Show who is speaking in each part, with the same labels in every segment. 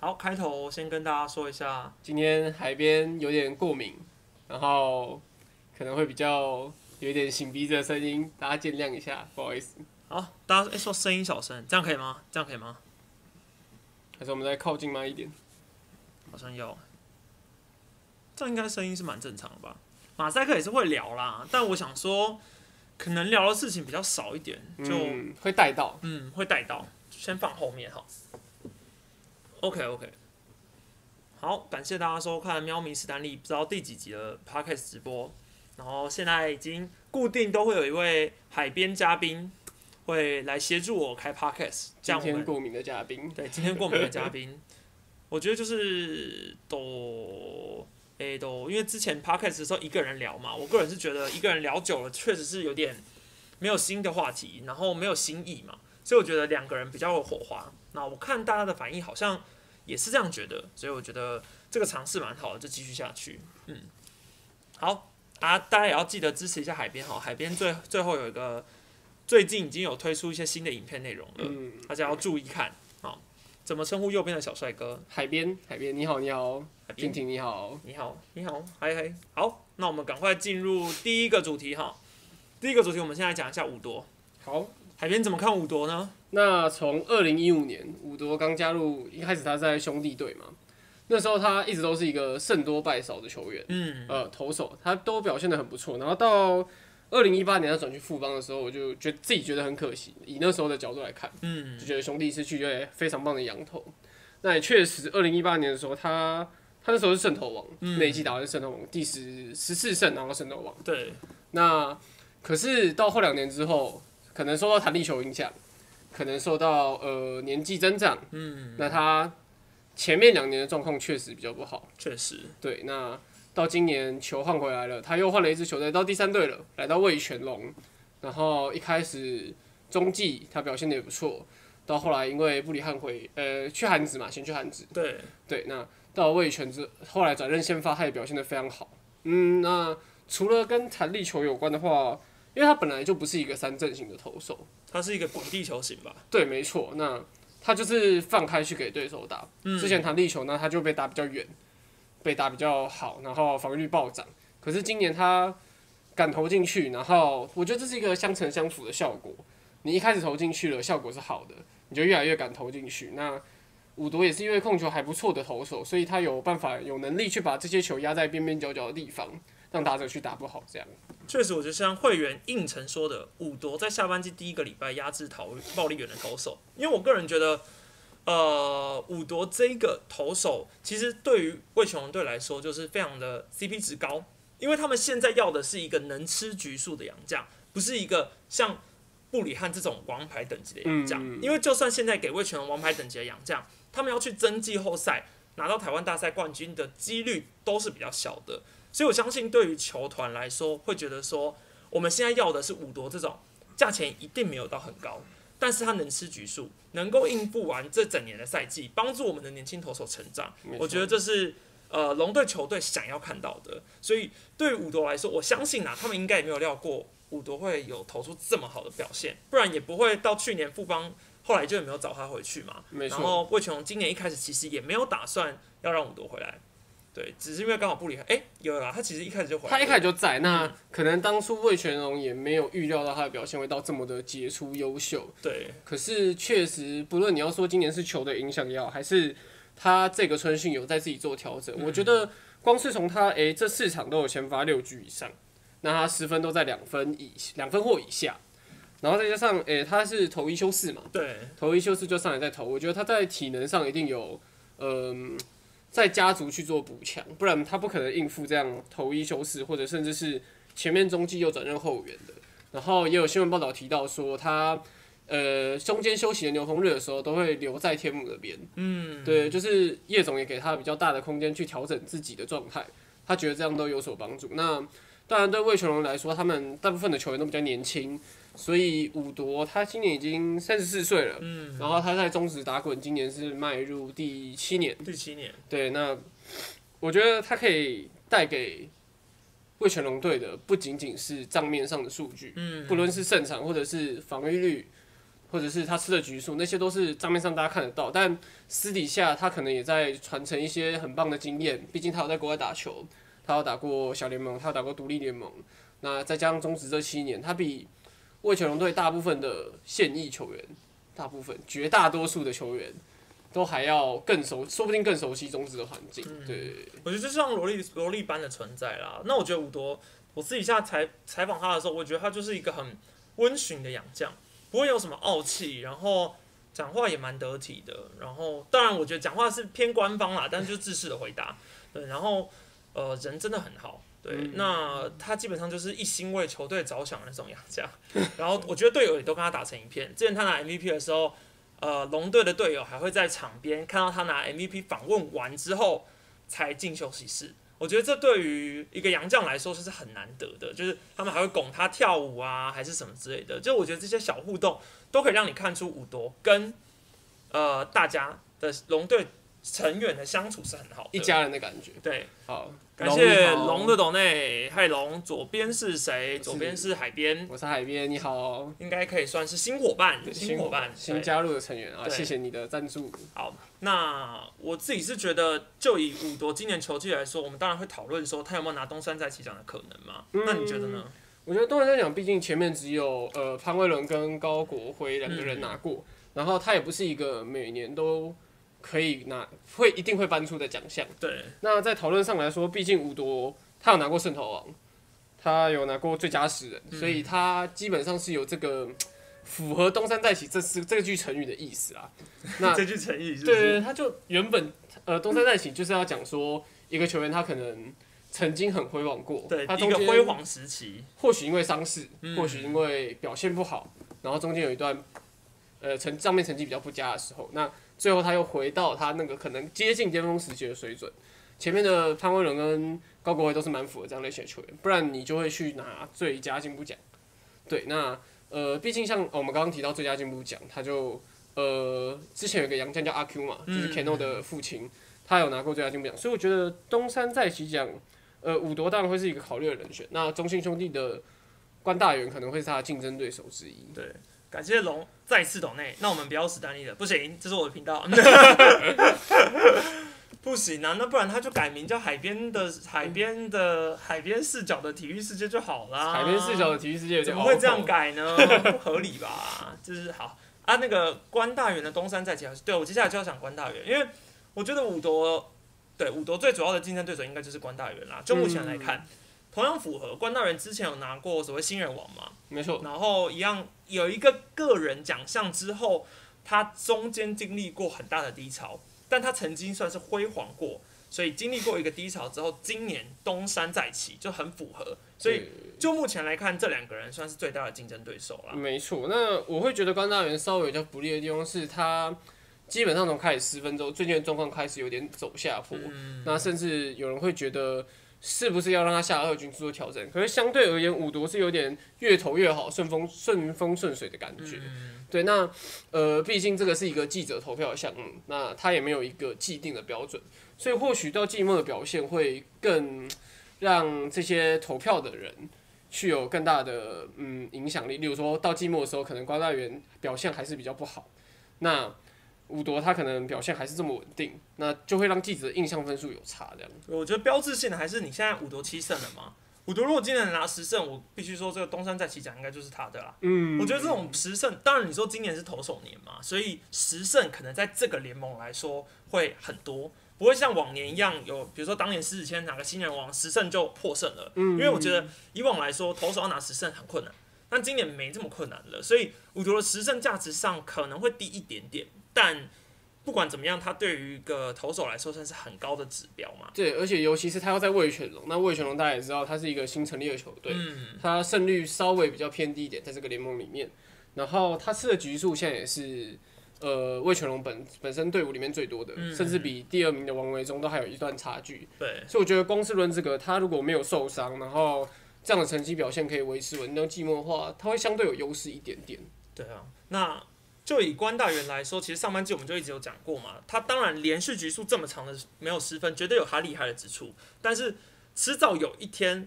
Speaker 1: 好，开头先跟大家说一下，
Speaker 2: 今天海边有点过敏，然后可能会比较有一点擤鼻子的声音，大家见谅一下，不好意思。
Speaker 1: 好，大家、诶说声音小声，这样可以吗？这样可以吗？
Speaker 2: 还是我们再靠近麦一点。
Speaker 1: 好像要，这样应该声音是蛮正常的吧？马赛克也是会聊啦，但我想说，可能聊的事情比较少一点，就嗯
Speaker 2: 嗯、会带到。
Speaker 1: 会带到，先放后面好。OK OK，好，感谢大家收看《喵咪史丹利》不知道第几集的 Podcast 直播，然后现在已经固定都会有一位海边嘉宾会来协助我开 Podcast，这
Speaker 2: 今
Speaker 1: 样我们
Speaker 2: 天过敏的嘉宾，
Speaker 1: 对，今天过敏的嘉宾，我觉得就是都诶、都，因为之前 podcast 的时候一个人聊嘛，我个人是觉得一个人聊久了确实是有点没有新的话题，然后没有新意嘛，所以我觉得两个人比较有火花。那我看大家的反应好像也是这样觉得，所以我觉得这个尝试蛮好的，就继续下去。嗯，好啊，大家也要记得支持一下海边哈，海边最最后有一个最近已经有推出一些新的影片内容了。
Speaker 2: 嗯，
Speaker 1: 大家要注意看啊、好怎么称呼右边的小帅哥？
Speaker 2: 海边，海边，你好，你好，
Speaker 1: 海边
Speaker 2: 婷婷，你好，
Speaker 1: 你好，你好，嗨嗨，好，那我们赶快进入第一个主题哈。第一个主题，我们现在讲一下五夺。
Speaker 2: 好。
Speaker 1: 海边怎么看五夺呢？
Speaker 2: 那从二零一五年伍德刚加入，一开始他在兄弟队嘛，那时候他一直都是一个胜多败少的球员，
Speaker 1: 嗯，
Speaker 2: 呃，投手他都表现的很不错。然后到二零一八年他转去富邦的时候，我就觉得自己觉得很可惜，以那时候的角度来看，
Speaker 1: 嗯
Speaker 2: 就觉得兄弟失去一位非常棒的羊头。那也确实，二零一八年的时候他。他那时候是胜投王，
Speaker 1: 嗯
Speaker 2: 那一季打完胜投王第十十四胜，然后胜投王。
Speaker 1: 对，
Speaker 2: 那可是到后两年之后，可能受到弹力球影响，可能受到呃年纪增长，
Speaker 1: 嗯，
Speaker 2: 那他前面两年的状况确实比较不好。
Speaker 1: 确实，
Speaker 2: 对，那到今年球换回来了，他又换了一支球队到第三队了，来到魏全龙。然后一开始中继他表现的也不错，到后来因为布里汉回呃去韩职嘛，先去韩职，
Speaker 1: 对，
Speaker 2: 对，那到魏权之后来转任先发，他也表现得非常好。嗯，那除了跟弹力球有关的话，因为他本来就不是一个三阵型的投手，
Speaker 1: 它是一个滚地球型吧？
Speaker 2: 对，没错，那他就是放开去给对手打。
Speaker 1: 嗯
Speaker 2: 之前弹力球呢，他就被打比较远，被打比较好，然后防御暴涨。可是今年他敢投进去，然后我觉得这是一个相乘相辅的效果。你一开始投进去了，效果是好的，你就越来越敢投进去。那五夺也是因为控球还不错的投手，所以他有办法、有能力去把这些球压在边边角角的地方，让打者去打不好。这样，
Speaker 1: 确实，我觉得像会员应承说的，五夺在下半季第一个礼拜压制逃暴力远的投手，因为我个人觉得，呃，五夺这个投手其实对于魏雄龙队来说就是非常的 CP 值高，因为他们现在要的是一个能吃局数的洋将，不是一个像布里汉这种王牌等级的洋将，
Speaker 2: 嗯
Speaker 1: 因为就算现在给魏雄龙王牌等级的洋将，他们要去争季后赛拿到台湾大赛冠军的几率都是比较小的。所以我相信，对于球团来说，会觉得说，我们现在要的是五夺这种价钱一定没有到很高，但是它能吃局数，能够应付完这整年的赛季，帮助我们的年轻投手成长。我觉得这是呃龙队球队想要看到的。所以对于五夺来说，我相信啊，他们应该也没有料过五夺会有投出这么好的表现，不然也不会到去年富邦后来就也没有找他回去嘛。
Speaker 2: 没
Speaker 1: 然
Speaker 2: 错，
Speaker 1: 后魏全龙今年一开始其实也没有打算要让五夺回来，对，只是因为刚好布里汉，哎，有啦，他其实一开始就回来
Speaker 2: 他
Speaker 1: 了，
Speaker 2: 一开始就在，那可能当初魏全龙也没有预料到他的表现会到这么的杰出优秀。
Speaker 1: 对，
Speaker 2: 可是确实，不论你要说今年是球的影响也好，还是他这个春训有在自己做调整，我觉得光是从他诶、这四场都有先发六局以上，那他失分都在两分以两分或以下，然后再加上诶、他是投一休四嘛，
Speaker 1: 对，
Speaker 2: 投一休四就上来再投，我觉得他在体能上一定有，嗯、在家族去做补强，不然他不可能应付这样投一休四，或者甚至是前面中继又转任后援的。然后也有新闻报道提到说他，呃，中间休息的牛棚日的时候都会留在天母那边，
Speaker 1: 嗯，
Speaker 2: 对，就是叶总也给他比较大的空间去调整自己的状态，他觉得这样都有所帮助。那当然对魏全龙来说，他们大部分的球员都比较年轻，所以伍铎他今年已经三十四岁了，嗯，然后他在中职打滚，今年是迈入第七年，
Speaker 1: 第七年，
Speaker 2: 对，那我觉得他可以带给魏全龙队的不仅仅是账面上的数据，
Speaker 1: 嗯，
Speaker 2: 不论是胜场或者是防御率，或者是他吃的局数，那些都是账面上大家看得到，但私底下他可能也在传承一些很棒的经验。毕竟他有在国外打球，他有打过小联盟，他有打过独立联盟。那再加上中职这七年，他比魏全龙队大部分的现役球员，大部分绝大多数的球员都还要更熟，说不定更熟悉中职的环境。
Speaker 1: 嗯
Speaker 2: 对，
Speaker 1: 我觉得就像萝莉萝莉般的存在啦。那我觉得伍德，我私底下采采访他的时候，我觉得他就是一个很温驯的洋将，不会有什么傲气，然后讲话也蛮得体的。然后当然，我觉得讲话是偏官方啦，但是就自式的回答。对，然后呃，人真的很好。对，
Speaker 2: 嗯
Speaker 1: 那他基本上就是一心为球队着想的那种洋将。 然后我觉得队友也都跟他打成一片。之前他拿 MVP 的时候，呃，龙队的队友还会在场边看到他拿 MVP 访问完之后才进休息室。我觉得这对于一个洋将来说就是很难得的，就是他们还会拱他跳舞啊，还是什么之类的。就我觉得这些小互动都可以让你看出伍多跟呃大家的龙队成员的相处是很好的。
Speaker 2: 一家人的感觉。
Speaker 1: 对，
Speaker 2: 好，
Speaker 1: 感谢
Speaker 2: 你好
Speaker 1: 龙的，董内，嗨龙，左边是谁？
Speaker 2: 是
Speaker 1: 左边是海边，
Speaker 2: 我是海边，你好，
Speaker 1: 应该可以算是新伙伴，新伙伴，
Speaker 2: 新
Speaker 1: 对
Speaker 2: 加入的成员啊，
Speaker 1: 对
Speaker 2: 谢谢你的赞助。
Speaker 1: 好，那我自己是觉得，就以五夺今年球季来说，我们当然会讨论说他有没有拿东山再起奖的可能嘛？那你觉得呢？
Speaker 2: 我觉得东山再讲，毕竟前面只有呃潘威伦跟高国辉两个
Speaker 1: 嗯
Speaker 2: 人拿过，然后他也不是一个每年都可以拿会一定会颁出的奖项。
Speaker 1: 对，
Speaker 2: 那在讨论上来说，毕竟吴铎他有拿过圣头王，他有拿过最佳十人，
Speaker 1: 嗯
Speaker 2: 所以他基本上是有这个符合东山再起这是这句成语的意思啦。那
Speaker 1: 这句诚意是不
Speaker 2: 对
Speaker 1: 是
Speaker 2: 对，他就原本呃东山再起就是要讲说一个球员他可能曾经很辉煌过，
Speaker 1: 对
Speaker 2: 他
Speaker 1: 一
Speaker 2: 中
Speaker 1: 个
Speaker 2: 间
Speaker 1: 辉煌时期，
Speaker 2: 或许因为伤势，
Speaker 1: 嗯
Speaker 2: 或许因为表现不好，然后中间有一段呃成账面成绩比较不佳的时候，那最后他又回到他那个可能接近巅峰时期的水准。前面的潘威伦跟高国辉都是蛮符合这样类型的球员，不然你就会去拿最佳进步奖。对，那呃，毕竟像、哦我们刚刚提到最佳进步奖，他就呃之前有一个洋将叫阿 Q 嘛，
Speaker 1: 嗯
Speaker 2: 就是 Kano 的父亲，他有拿过最佳进步奖，所以我觉得东山再起奖呃，五夺当然会是一个考虑的人选。那中信兄弟的关大元可能会是他的竞争对手之一。
Speaker 1: 对，感谢龙再次抖内，那我们不要史丹利了，不行，这是我的频 道，不行啊，那不然他就改名叫海边的海边的海边视角的体育世界就好啦，
Speaker 2: 海边四小的体育世界有
Speaker 1: 啊怎
Speaker 2: 点
Speaker 1: 么会这样
Speaker 2: 拗口？
Speaker 1: 改呢？不合理吧？就是好啊，那个关大元的东山再起，对我接下来就要讲关大元，因为我觉得五夺对五夺最主要的竞争对手应该就是关大元啦。就目前来看，
Speaker 2: 嗯
Speaker 1: 同样符合关大元之前有拿过所谓新人王嘛，
Speaker 2: 没错，
Speaker 1: 然后一样有一个个人奖项之后，他中间经历过很大的低潮，但他曾经算是辉煌过。所以经历过一个低潮之后，今年东山再起就很符合，所以就目前来看，这两个人算是最大的竞争对手
Speaker 2: 对
Speaker 1: 啦。
Speaker 2: 没错。那我会觉得关大元稍微有较不利的地方是他基本上从开始失分之后，最近的状况开始有点走下坡。嗯
Speaker 1: 嗯
Speaker 2: 那甚至有人会觉得。是不是要让他下二军去做调整？可是相对而言，五夺是有点越投越好，顺风顺风顺水的感觉。
Speaker 1: 嗯，
Speaker 2: 对，那呃，毕竟这个是一个记者投票的项目，那他也没有一个既定的标准，所以或许到季末的表现会更让这些投票的人具有更大的嗯影响力。例如说到季末的时候，可能瓜大元表现还是比较不好，那伍铎他可能表现还是这么稳定，那就会让记者的印象分数有差这样。
Speaker 1: 我觉得标志性的还是你现在五夺七胜了嘛。五夺如果今年拿十胜，我必须说这个东山再起奖应该就是他的啦。啊
Speaker 2: 嗯
Speaker 1: 我觉得这种十胜，当然你说今年是投手年嘛，所以十胜可能在这个联盟来说会很多，不会像往年一样有，比如说当年狮子谦拿个新人王十胜就破胜了。因为我觉得以往来说投手要拿十胜很困难，但今年没这么困难了，所以我觉得十胜价值上可能会低一点点，但不管怎么样，他对于一个投手来说算是很高的指标嘛。
Speaker 2: 对，而且尤其是他要在魏全龙，那魏全龙大家也知道，他是一个新成立的球队，
Speaker 1: 嗯
Speaker 2: 他胜率稍微比较偏低一点，在这个联盟里面。然后他吃的局数现在也是，呃，魏全龙本本身队伍里面最多的，
Speaker 1: 嗯
Speaker 2: 甚至比第二名的王维忠都还有一段差距。
Speaker 1: 对，
Speaker 2: 所以我觉得光是论这个，他如果没有受伤，然后这样的成绩表现可以维持稳定到季末的话，他会相对有优势一点点。
Speaker 1: 对啊，那就以关大元来说，其实上半季我们就一直有讲过嘛，他当然连续局数这么长的没有失分，绝对有他厉害的之处，但是迟早有一天，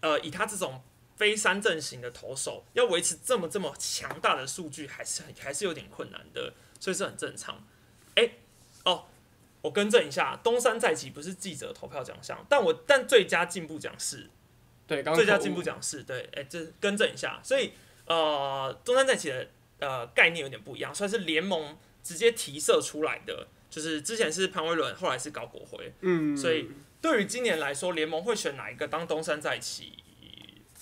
Speaker 1: 呃，以他这种非三阵型的投手要维持这么这么强大的数据，还是很还是有点困难的，所以是很正常。哎、哦，我更正一下，东山再起不是记者投票奖项，但我但最佳进步奖是
Speaker 2: 对，刚刚
Speaker 1: 最佳
Speaker 2: 口误
Speaker 1: 进步奖是对，哎、这更正一下，所以呃，东山再起的呃概念有点不一样，算是联盟直接提设出来的，就是之前是潘威伦，后来是高国辉，
Speaker 2: 嗯，
Speaker 1: 所以对于今年来说，联盟会选哪一个当东山再起？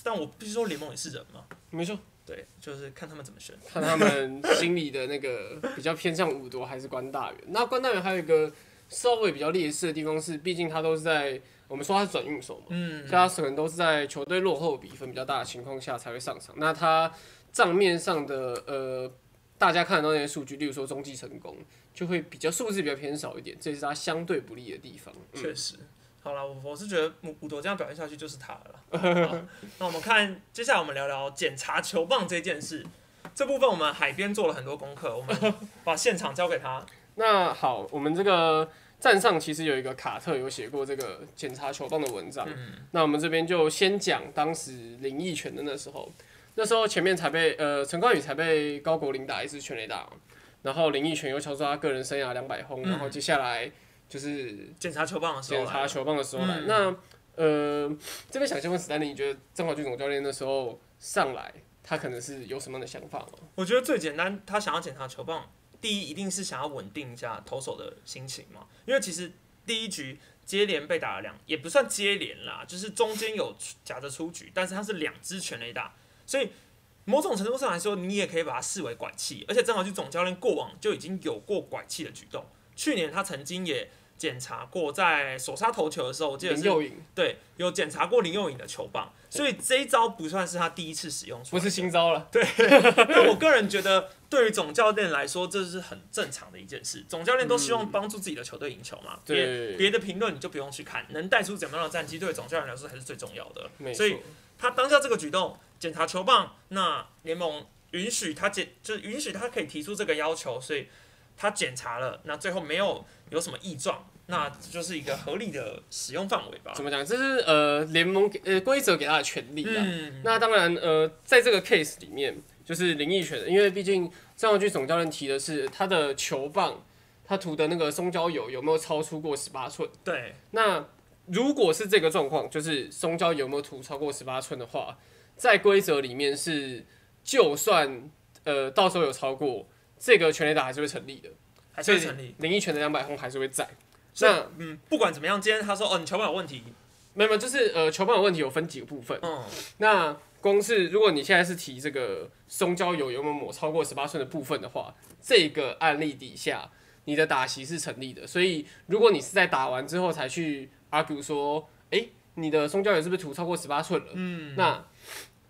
Speaker 1: 但我必须说，联盟也是人嘛，
Speaker 2: 没错，
Speaker 1: 对，就是看他们怎么选。
Speaker 2: 看他们心里的那个比较偏向五夺还是关大元。那关大元还有一个稍微比较劣势的地方是，毕竟他都是在我们说他是转运手嘛，
Speaker 1: 嗯
Speaker 2: 所以，他可能都是在球队落后比分比较大的情况下才会上场。那他账面上的呃，大家看得到那些数据，例如说中继成功，就会比较数字比较偏少一点，这也是他相对不利的地方。
Speaker 1: 确实。好了，我我是觉得五五朵这样表现下去就是他了啦。好那我们看，接下来我们聊聊检查球棒这件事。这部分我们海边做了很多功课，我们把现场交给他。
Speaker 2: 那好，我们这个站上其实有一个卡特有写过这个检查球棒的文章，
Speaker 1: 嗯
Speaker 2: 那我们这边就先讲当时林奕全的那时候，那时候前面才被呃陈冠宇才被高国林打一次全垒打嘛，然后林奕全又敲出他个人生涯两百轰，
Speaker 1: 嗯
Speaker 2: 然后接下来就是
Speaker 1: 检查球棒的时候啊
Speaker 2: 检
Speaker 1: 来
Speaker 2: 查
Speaker 1: 了，
Speaker 2: 球棒的时候来，
Speaker 1: 嗯
Speaker 2: 那呃这边想先问史丹利，你觉得张华俊总教练那时候上来他可能是有什么样的想法吗？
Speaker 1: 我觉得最简单，他想要检查球棒，第一一定是想要稳定一下投手的心情嘛，因为其实第一局接连被打了两，也不算接连啦，就是中间有出夹着出局，但是他是两支全垒打，所以某种程度上来说，你也可以把它视为拐气，而且正好就总教练过往就已经有过拐气的举动，去年他曾经也检查过，在手杀投球的时哦候，我记得
Speaker 2: 林
Speaker 1: 是
Speaker 2: 佑颖
Speaker 1: 对有检查过林佑颖的球棒，所以这一招不算是他第一次使用出
Speaker 2: 不
Speaker 1: 来的
Speaker 2: 是新招了，
Speaker 1: 但我个人觉得，对于总教练来说，这是很正常的一件事。总教练都希望帮助自己的球队赢球嘛，别
Speaker 2: 嗯对，
Speaker 1: 别的评论你就不用去看，能带出怎么样的战绩，对总教练来说才是最重要的。
Speaker 2: 没
Speaker 1: 所以
Speaker 2: 错
Speaker 1: 他当下这个举动，检查球棒，那联盟允许他检，就是允许他可以提出这个要求，所以他检查了，那最后没有有什么异状，那就是一个合理的使用范围吧。
Speaker 2: 怎么讲？这是呃联盟给呃规则给他的权利啊。
Speaker 1: 嗯，
Speaker 2: 那当然呃，在这个 case 里面，就是林奕泉，因为毕竟张耀军总教练提的是他的球棒，他涂的那个松胶油有没有超出过十八寸？
Speaker 1: 对，
Speaker 2: 那如果是这个状况，就是松胶有没有涂超过十八寸的话，在规则里面是就算呃到时候有超过，这个全垒打还是会成立的，
Speaker 1: 还是
Speaker 2: 所以
Speaker 1: 会成立。
Speaker 2: 林奕泉的两百轰还是会在。
Speaker 1: 所以
Speaker 2: 那
Speaker 1: 嗯，不管怎么样，今天他说哦，你球棒有问题，
Speaker 2: 没有，没有，就是呃，球棒的问题有分几个部分。
Speaker 1: 嗯，
Speaker 2: 那光是如果你现在是提这个松胶油有没有抹超过十八寸的部分的话，这个案例底下你的打席是成立的。所以如果你是在打完之后才去 argue 说，诶，你的松胶油是不是涂超过十八寸了？嗯，那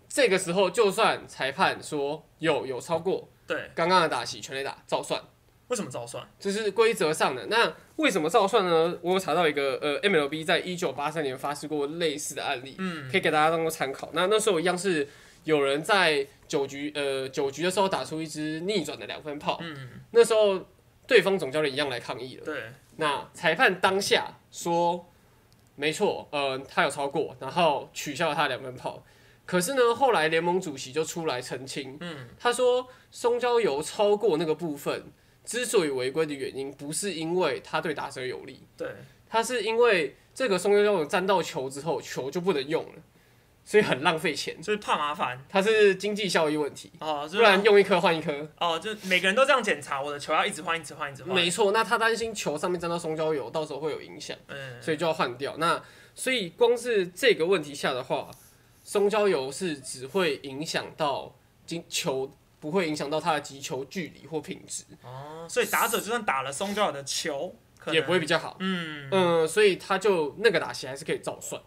Speaker 2: 这个时候就算裁判说有有超过
Speaker 1: 对，
Speaker 2: 刚刚的打席全垒打照算，
Speaker 1: 为什么照算？
Speaker 2: 这是规则上的。那为什么照算呢？我有查到一个呃，MLB 在一九八三年发生过类似的案例，嗯，可以给大家当做参考。那那时候一样是有人在九局呃九局的时候打出一支逆转的两分炮，嗯，那时候对方总教练一样来抗议了。
Speaker 1: 对，
Speaker 2: 那裁判当下说，没错，呃，他有超过，然后取消了他的两分炮。可是呢，后来联盟主席就出来澄清，嗯，他说松胶油超过那个部分，之所以违规的原因，不是因为他对打者有利，
Speaker 1: 对，
Speaker 2: 他是因为这个松胶油沾到球之后，球就不能用了，所以很浪费钱，
Speaker 1: 就是怕麻烦
Speaker 2: 它是经济效益问题，
Speaker 1: 哦，
Speaker 2: 不然
Speaker 1: 就
Speaker 2: 用一颗换一颗。
Speaker 1: 哦，就每个人都这样检查，我的球要一直换，一直换，一直换。
Speaker 2: 没错，那他担心球上面沾到松胶油，到时候会有影响。
Speaker 1: 嗯，
Speaker 2: 所以就要换掉。那所以光是这个问题下的话，松胶油是只会影响到击球，不会影响到它的击球距离或品质，
Speaker 1: 哦，所以打者就算打了松胶的球，可能
Speaker 2: 也不会比较好。
Speaker 1: 嗯，
Speaker 2: 嗯、所以他就那个打席还是可以照算。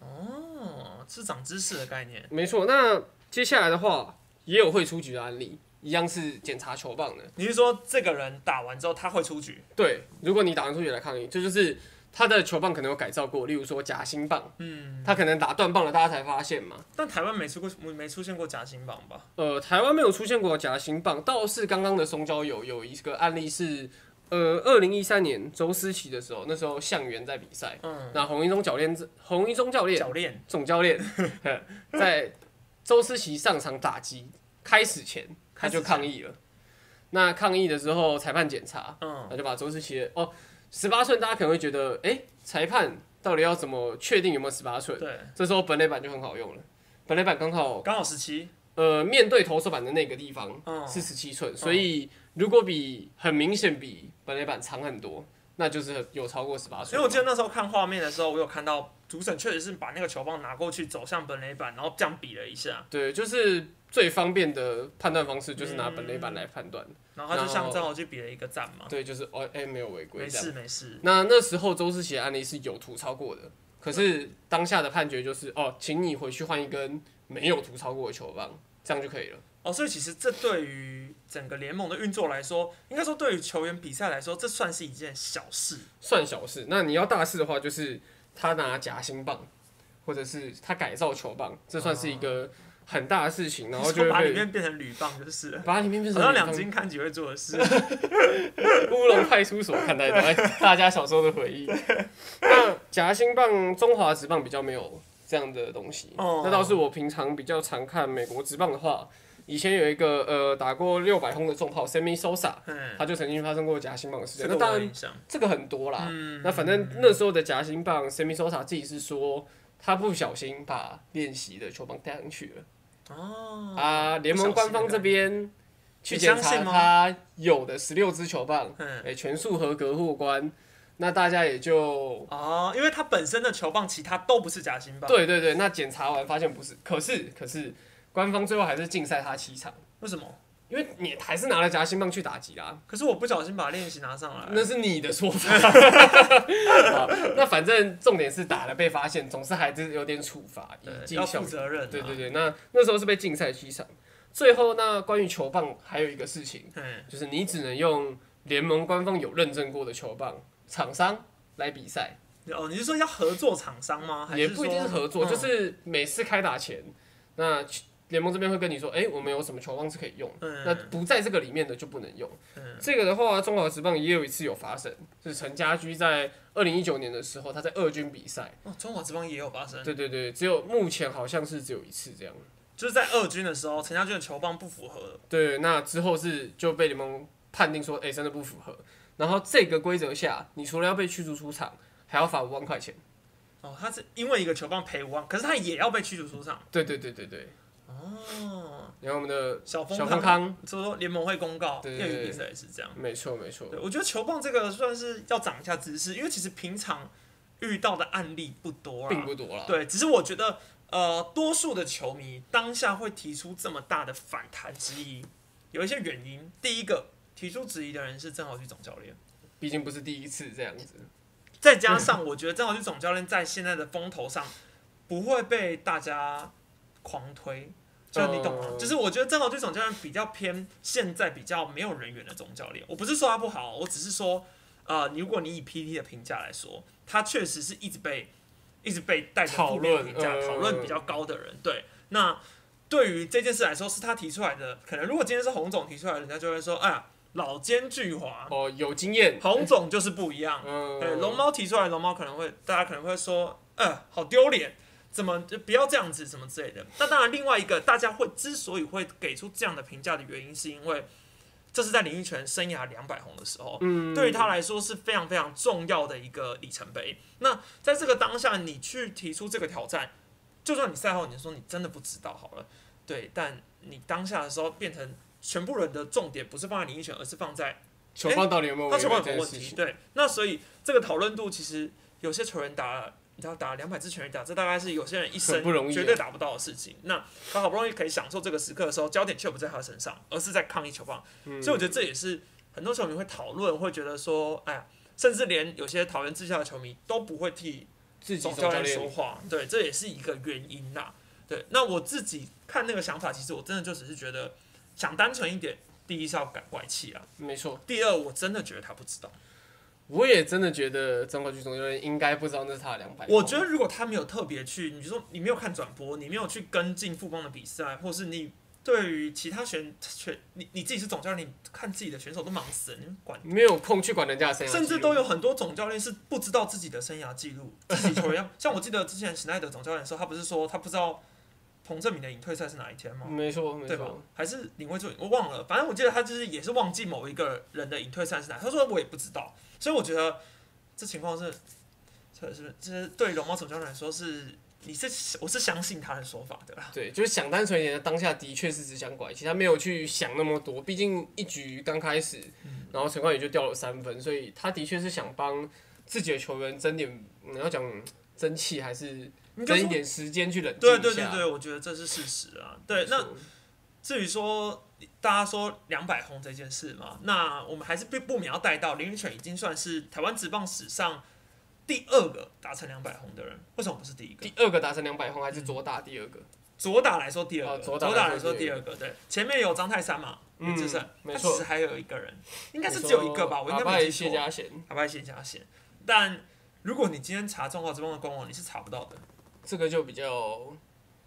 Speaker 1: 哦，是长知识的概念。
Speaker 2: 没错。那接下来的话，也有会出局的案例，一样是检查球棒的。
Speaker 1: 你是说这个人打完之后他会出局？
Speaker 2: 对，如果你打完出局来抗议，这就是他的球棒可能有改造过，例如说夹心棒，嗯，他可能打断棒了，大家才发现嘛。
Speaker 1: 但台湾没出过，没出现过夹心榜吧？
Speaker 2: 呃，台湾没有出现过夹心棒，倒是刚刚的松胶有有一个案例是，呃，二零一三年周思齐的时候，那时候向元在比赛，
Speaker 1: 嗯，
Speaker 2: 那洪一中教练，洪一中教练
Speaker 1: 教练
Speaker 2: 总教练在周思齐上场打击开始前他就抗议了，那抗议的时候裁判检查，
Speaker 1: 嗯，
Speaker 2: 那就把周思齐的哦十八寸，大家可能会觉得，哎、裁判到底要怎么确定有没有十八寸？
Speaker 1: 对，
Speaker 2: 这时候本垒板就很好用了，本垒板刚好
Speaker 1: 刚好十七，
Speaker 2: 呃面对投手板的那个地方
Speaker 1: 嗯
Speaker 2: 是十七寸，所以如果比很明显比本垒板长很多，那就是有超过十八
Speaker 1: 因
Speaker 2: 寸
Speaker 1: 为
Speaker 2: 嘛。
Speaker 1: 我记得那时候看画面的时候，我有看到主审确实是把那个球棒拿过去走向本垒板，然后这样比了一下，
Speaker 2: 对，就是最方便的判断方式就是拿
Speaker 1: 嗯
Speaker 2: 本垒板来判断。
Speaker 1: 然后他就
Speaker 2: 嗯然
Speaker 1: 向
Speaker 2: 后
Speaker 1: 正好去比了一个赞嘛，
Speaker 2: 对，就是哦，哎、没有违
Speaker 1: 嗯
Speaker 2: 规
Speaker 1: 没
Speaker 2: 这样。
Speaker 1: 事没事，
Speaker 2: 那那时候周思琪的案例是有图超过的，可是当下的判决就是哦，请你回去换一根没有图超过的球棒，这样就可以了。
Speaker 1: 哦，所以其实这对于整个联盟的运作来说，应该说对于球员比赛来说，这算是一件小事。
Speaker 2: 算小事。那你要大事的话，就是他拿夹心棒，或者是他改造球棒，这算是一个很大的事情，然后就
Speaker 1: 哦你说把
Speaker 2: 会
Speaker 1: 里
Speaker 2: 被
Speaker 1: 面变成铝棒就是了，
Speaker 2: 把里面变
Speaker 1: 好
Speaker 2: 成
Speaker 1: 像两金看几会做的
Speaker 2: 啊
Speaker 1: 事。
Speaker 2: 乌龙派出所看待的，哎 大家小时候的回忆。那夹心棒、中华职棒比较没有这样的东西，
Speaker 1: 哦
Speaker 2: 那倒是我平常比较常看美国职棒的话，以前有一个呃打过六百轰的重炮 Sammy Sosa，
Speaker 1: 嗯，
Speaker 2: 他就曾经发生过夹心棒的事件。
Speaker 1: 这
Speaker 2: 那
Speaker 1: 个
Speaker 2: 当
Speaker 1: 我有
Speaker 2: 然
Speaker 1: 印象。
Speaker 2: 这个很多啦，
Speaker 1: 嗯，
Speaker 2: 那反正那时候的夹心棒 Sammy Sosa 自己是说。他不小心把练习的球棒带上去了、
Speaker 1: 哦，
Speaker 2: 啊！联盟官方这边去
Speaker 1: 啊你
Speaker 2: 检
Speaker 1: 相
Speaker 2: 查
Speaker 1: 信吗
Speaker 2: 他有的十六支球棒，
Speaker 1: 嗯，
Speaker 2: 哎、全数合格过关，那大家也就
Speaker 1: 哦，因为它本身的球棒其他都不是夹心棒，，
Speaker 2: 对对对，那检查完发现不是，可是可是官方最后还是禁赛他七场，
Speaker 1: 为什么？
Speaker 2: 因为你还是拿了夹心棒去打击啦，
Speaker 1: 可是我不小心把练习拿上来，
Speaker 2: 那是你的 说法。好那反正重点是打了被发现，总是还是有点处罚，
Speaker 1: 对
Speaker 2: 以
Speaker 1: 要
Speaker 2: 啊儆效
Speaker 1: 负
Speaker 2: 尤。
Speaker 1: 责任、啊，
Speaker 2: 对对，对，那那时候是被禁赛七场。最后那关于球棒还有一个事情，
Speaker 1: 嗯，
Speaker 2: 就是你只能用联盟官方有认证过的球棒厂商来比赛。
Speaker 1: 哦，你是说要合作厂商吗？啊还
Speaker 2: 也
Speaker 1: 说
Speaker 2: 不一定是合作，
Speaker 1: 嗯
Speaker 2: 就是每次开打前，那联盟这边会跟你说，哎、我们有什么球棒是可以用，
Speaker 1: 嗯
Speaker 2: 那不在这个里面的就不能用。
Speaker 1: 嗯
Speaker 2: 这个的话，中华职棒也有一次有发生，是陈家驹在二零一九年的时候，他在二军比赛，
Speaker 1: 哦，中华之邦也有发生，
Speaker 2: 对对对，只有目前好像是只有一次这样。
Speaker 1: 就是在二军的时候，陈家俊的球棒不符合，
Speaker 2: 对，那之后是就被联盟判定说，哎、真的不符合。然后这个规则下，你除了要被驱逐出场，还要罚五万块钱。
Speaker 1: 哦，他是因为一个球棒赔五万，可是他也要被驱逐出场，
Speaker 2: 对对对对对。
Speaker 1: 哦，
Speaker 2: 然后我们的
Speaker 1: 小峰
Speaker 2: 小
Speaker 1: 康嗯
Speaker 2: 方康，
Speaker 1: 所以说联盟会公告，
Speaker 2: 对对
Speaker 1: 业
Speaker 2: 对
Speaker 1: 余比赛也是这样。
Speaker 2: 没错没错。
Speaker 1: 对，我觉得球棒这个算是要长一下知识，因为其实平常遇到的案例不多
Speaker 2: 并
Speaker 1: 啦。
Speaker 2: 不多啦。啊
Speaker 1: 对，只是我觉得，呃，多数的球迷当下会提出这么大的反弹质疑，有一些原因。第一个提出质疑的人是郑豪旭总教练，
Speaker 2: 毕竟不是第一次这样子。
Speaker 1: 再加上我觉得郑豪旭总教练在现在的风头上不会被大家狂推。就你懂吗？
Speaker 2: 嗯
Speaker 1: 就是我觉得郑豪俊总教练比较偏现在比较没有人员的总教练。我不是说他不好，我只是说，呃，如果你以 PT 的评价来说，他确实是一直被一直被带着负面评价
Speaker 2: 讨论嗯
Speaker 1: 讨论比较高的人。对，那对于这件事来说，是他提出来的。可能如果今天是洪总提出来的，人家就会说，哎呀，老奸巨猾，
Speaker 2: 哦，有经验。
Speaker 1: 洪总就是不一样。
Speaker 2: 嗯，
Speaker 1: 对，哎龙猫提出来，龙猫可能会，大家可能会说，呃，好丢脸，怎么就不要这样子，什么之类的。那当然，另外一个大家会之所以会给出这样的评价的原因，是因为这是在林奕泉生涯两百红的时候，
Speaker 2: 嗯，
Speaker 1: 对于他来说是非常非常重要的一个里程碑。那在这个当下，你去提出这个挑战，就算你赛后你说你真的不知道好了，对，但你当下的时候变成全部人的重点不是放在林奕泉，而是放在
Speaker 2: 球棒到底有没
Speaker 1: 哎
Speaker 2: 有
Speaker 1: 他
Speaker 2: 违
Speaker 1: 球棒
Speaker 2: 规
Speaker 1: 有
Speaker 2: 这
Speaker 1: 没有问
Speaker 2: 件事
Speaker 1: 题？
Speaker 2: 情？
Speaker 1: 对，那所以这个讨论度其实有些球员打了，你知道打两百支全垒打，这大概是有些人一生
Speaker 2: 很不容易啊
Speaker 1: 绝对达不到的事情。那他好不容易可以享受这个时刻的时候，焦点却不在他身上，而是在抗议球棒。
Speaker 2: 嗯
Speaker 1: 所以我觉得这也是很多球迷会讨论，会觉得说，哎呀，甚至连有些桃园之下的球迷都不会替
Speaker 2: 自己
Speaker 1: 总
Speaker 2: 总
Speaker 1: 教
Speaker 2: 教
Speaker 1: 练说
Speaker 2: 练
Speaker 1: 话，对，这也是一个原因呐、对，那我自己看那个想法，其实我真的就只是觉得想单纯一点，第一是要赶怪气啊，
Speaker 2: 没错，
Speaker 1: 第二我真的觉得他不知道。
Speaker 2: 我也真的觉得中国局总教练应该不知道那是他的两百。
Speaker 1: 我觉得如果他没有特别去，你就说你没有看转播，你没有去跟进富邦的比赛，或是你对于其他选选你你自己是总教练，你看自己的选手都忙死了，你管。
Speaker 2: 没有空去管人家的生涯记录，
Speaker 1: 甚至都有很多总教练是不知道 自己的生涯记录，自己球员要像我记得之前史奈德总教练的时候，他不是说他不知道彭正明的隐退赛是哪一天吗？
Speaker 2: 没错没
Speaker 1: 对吧
Speaker 2: 错，？
Speaker 1: 还是林慧柱？我忘了，反正我记得他就是也是忘记某一个人的隐退赛是哪，他说我也不知道，所以我觉得这情况是，这是这是对龙猫总教练来说是，你是我是相信他的说法的啦，
Speaker 2: 对，就是想单纯一点的当下的确是只想拐，其他没有去想那么多。毕竟一局刚开始，
Speaker 1: 嗯
Speaker 2: 然后陈冠宇就掉了三分，所以他的确是想帮自己的球员争点，你要讲争气还是
Speaker 1: 你就
Speaker 2: 争
Speaker 1: 说
Speaker 2: 一点时间去冷静
Speaker 1: 对
Speaker 2: 一
Speaker 1: 对对
Speaker 2: 下。
Speaker 1: 对，我觉得这是事实啊。对，
Speaker 2: 没
Speaker 1: 那
Speaker 2: 错
Speaker 1: 至于说大家说两百红这件事嘛，那我们还是不不免要带到林育犬已经算是台湾职棒史上第二个达成两百红的人，为什么不是第一个？
Speaker 2: 第二个达成两百轰还是左打第二个，
Speaker 1: 左打来说第二个，
Speaker 2: 哦左打
Speaker 1: 打
Speaker 2: 来说
Speaker 1: 来说第二个，对，前面有张泰山嘛，
Speaker 2: 嗯
Speaker 1: 林志胜，
Speaker 2: 没
Speaker 1: 他
Speaker 2: 错
Speaker 1: 其实还有一个人，应
Speaker 2: 应
Speaker 1: 该是只有一个吧，我应该没记
Speaker 2: 谢
Speaker 1: 错，
Speaker 2: 家贤，
Speaker 1: 打败谢家贤，但。如果你今天查中华职棒的官网，你是查不到的。
Speaker 2: 这个就比较，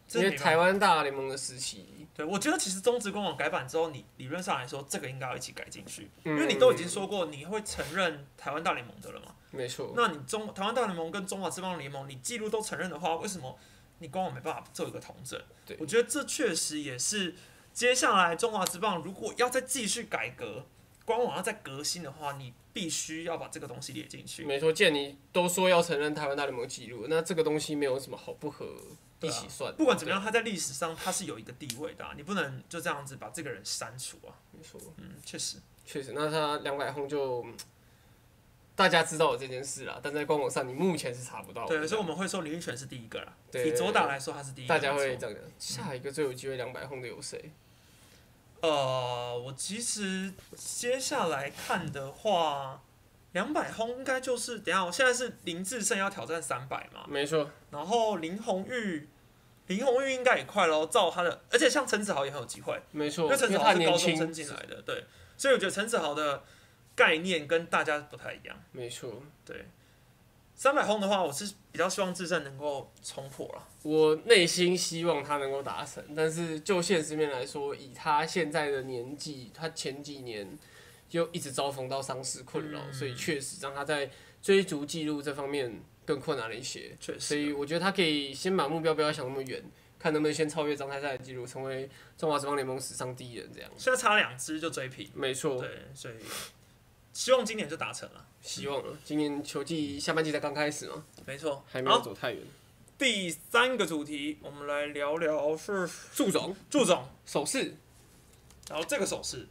Speaker 1: 这
Speaker 2: 因为
Speaker 1: 没办法
Speaker 2: 台湾大联盟的时期，
Speaker 1: 对，我觉得其实中职官网改版之后，你理论上来说，这个应该要一起改进去，
Speaker 2: 因
Speaker 1: 因为你都已经说过你会承认台湾大联盟的了嘛。
Speaker 2: 没错，
Speaker 1: 那你中台湾大联盟跟中华职棒联盟，你记录都承认的话，为什么你官网没办法做一个统整？
Speaker 2: 对
Speaker 1: 我觉得这确实也是接下来中华职棒如果要再继续改革，官网要再革新的话，你必须要把这个东西列进去。
Speaker 2: 没错，既然你都说要承认台湾大联盟纪录，那这个东西没有什么好不合一
Speaker 1: 对啊
Speaker 2: 起算的、
Speaker 1: 不管怎么样，他在历史上他是有一个地位的啊、你不能就这样子把这个人删除啊。
Speaker 2: 对，没错，
Speaker 1: 嗯，确实，
Speaker 2: 确实，那他两百轰就嗯大家知道了这件事啦，但在官网上你目前是查不到的。
Speaker 1: 对，所以我们会说林育泉是第一个啦。
Speaker 2: 对
Speaker 1: 以左打来说，他是第一个。
Speaker 2: 大家
Speaker 1: 没
Speaker 2: 会
Speaker 1: 错
Speaker 2: 这样讲，下一个最有机会两百轰的有谁？
Speaker 1: 呃，我其实接下来看的话，两百轰应该就是等一下，我现在是林志胜要挑战三百嘛，
Speaker 2: 没错，
Speaker 1: 然后林红玉，林红玉应该也快喽，照他的，而且像陈子豪也很有机会，
Speaker 2: 没
Speaker 1: 因
Speaker 2: 错，
Speaker 1: 为陈子
Speaker 2: 因为
Speaker 1: 豪
Speaker 2: 他
Speaker 1: 是
Speaker 2: 年
Speaker 1: 高中生
Speaker 2: 轻，
Speaker 1: 进来的，对，所以我觉得陈子豪的概念跟大家不太一样，
Speaker 2: 没错。
Speaker 1: 对。三百轰的话，我是比较希望志胜能够冲破了，
Speaker 2: 我内心希望他能够达成，但是就现实面来说，以他现在的年纪，他前几年又一直遭逢到伤势
Speaker 1: 嗯
Speaker 2: 困扰，所以确实让他在追逐记录这方面更困难了一些。
Speaker 1: 确
Speaker 2: 所
Speaker 1: 实。
Speaker 2: 以我觉得他可以先把目标不要想那么远，看能不能先超越张泰赛的记录，成为中华职棒联盟史上第一人这样。
Speaker 1: 现在差两支就追平。
Speaker 2: 没错，
Speaker 1: 对，所以希望今年就达成了。
Speaker 2: 希望了今年球季下半季才刚开始嘛，
Speaker 1: 没错，
Speaker 2: 还没有
Speaker 1: 好，
Speaker 2: 走太远。
Speaker 1: 第三个主题，我们来聊聊是
Speaker 2: 祝总
Speaker 1: 祝总，
Speaker 2: 手势，
Speaker 1: 然后这个手势，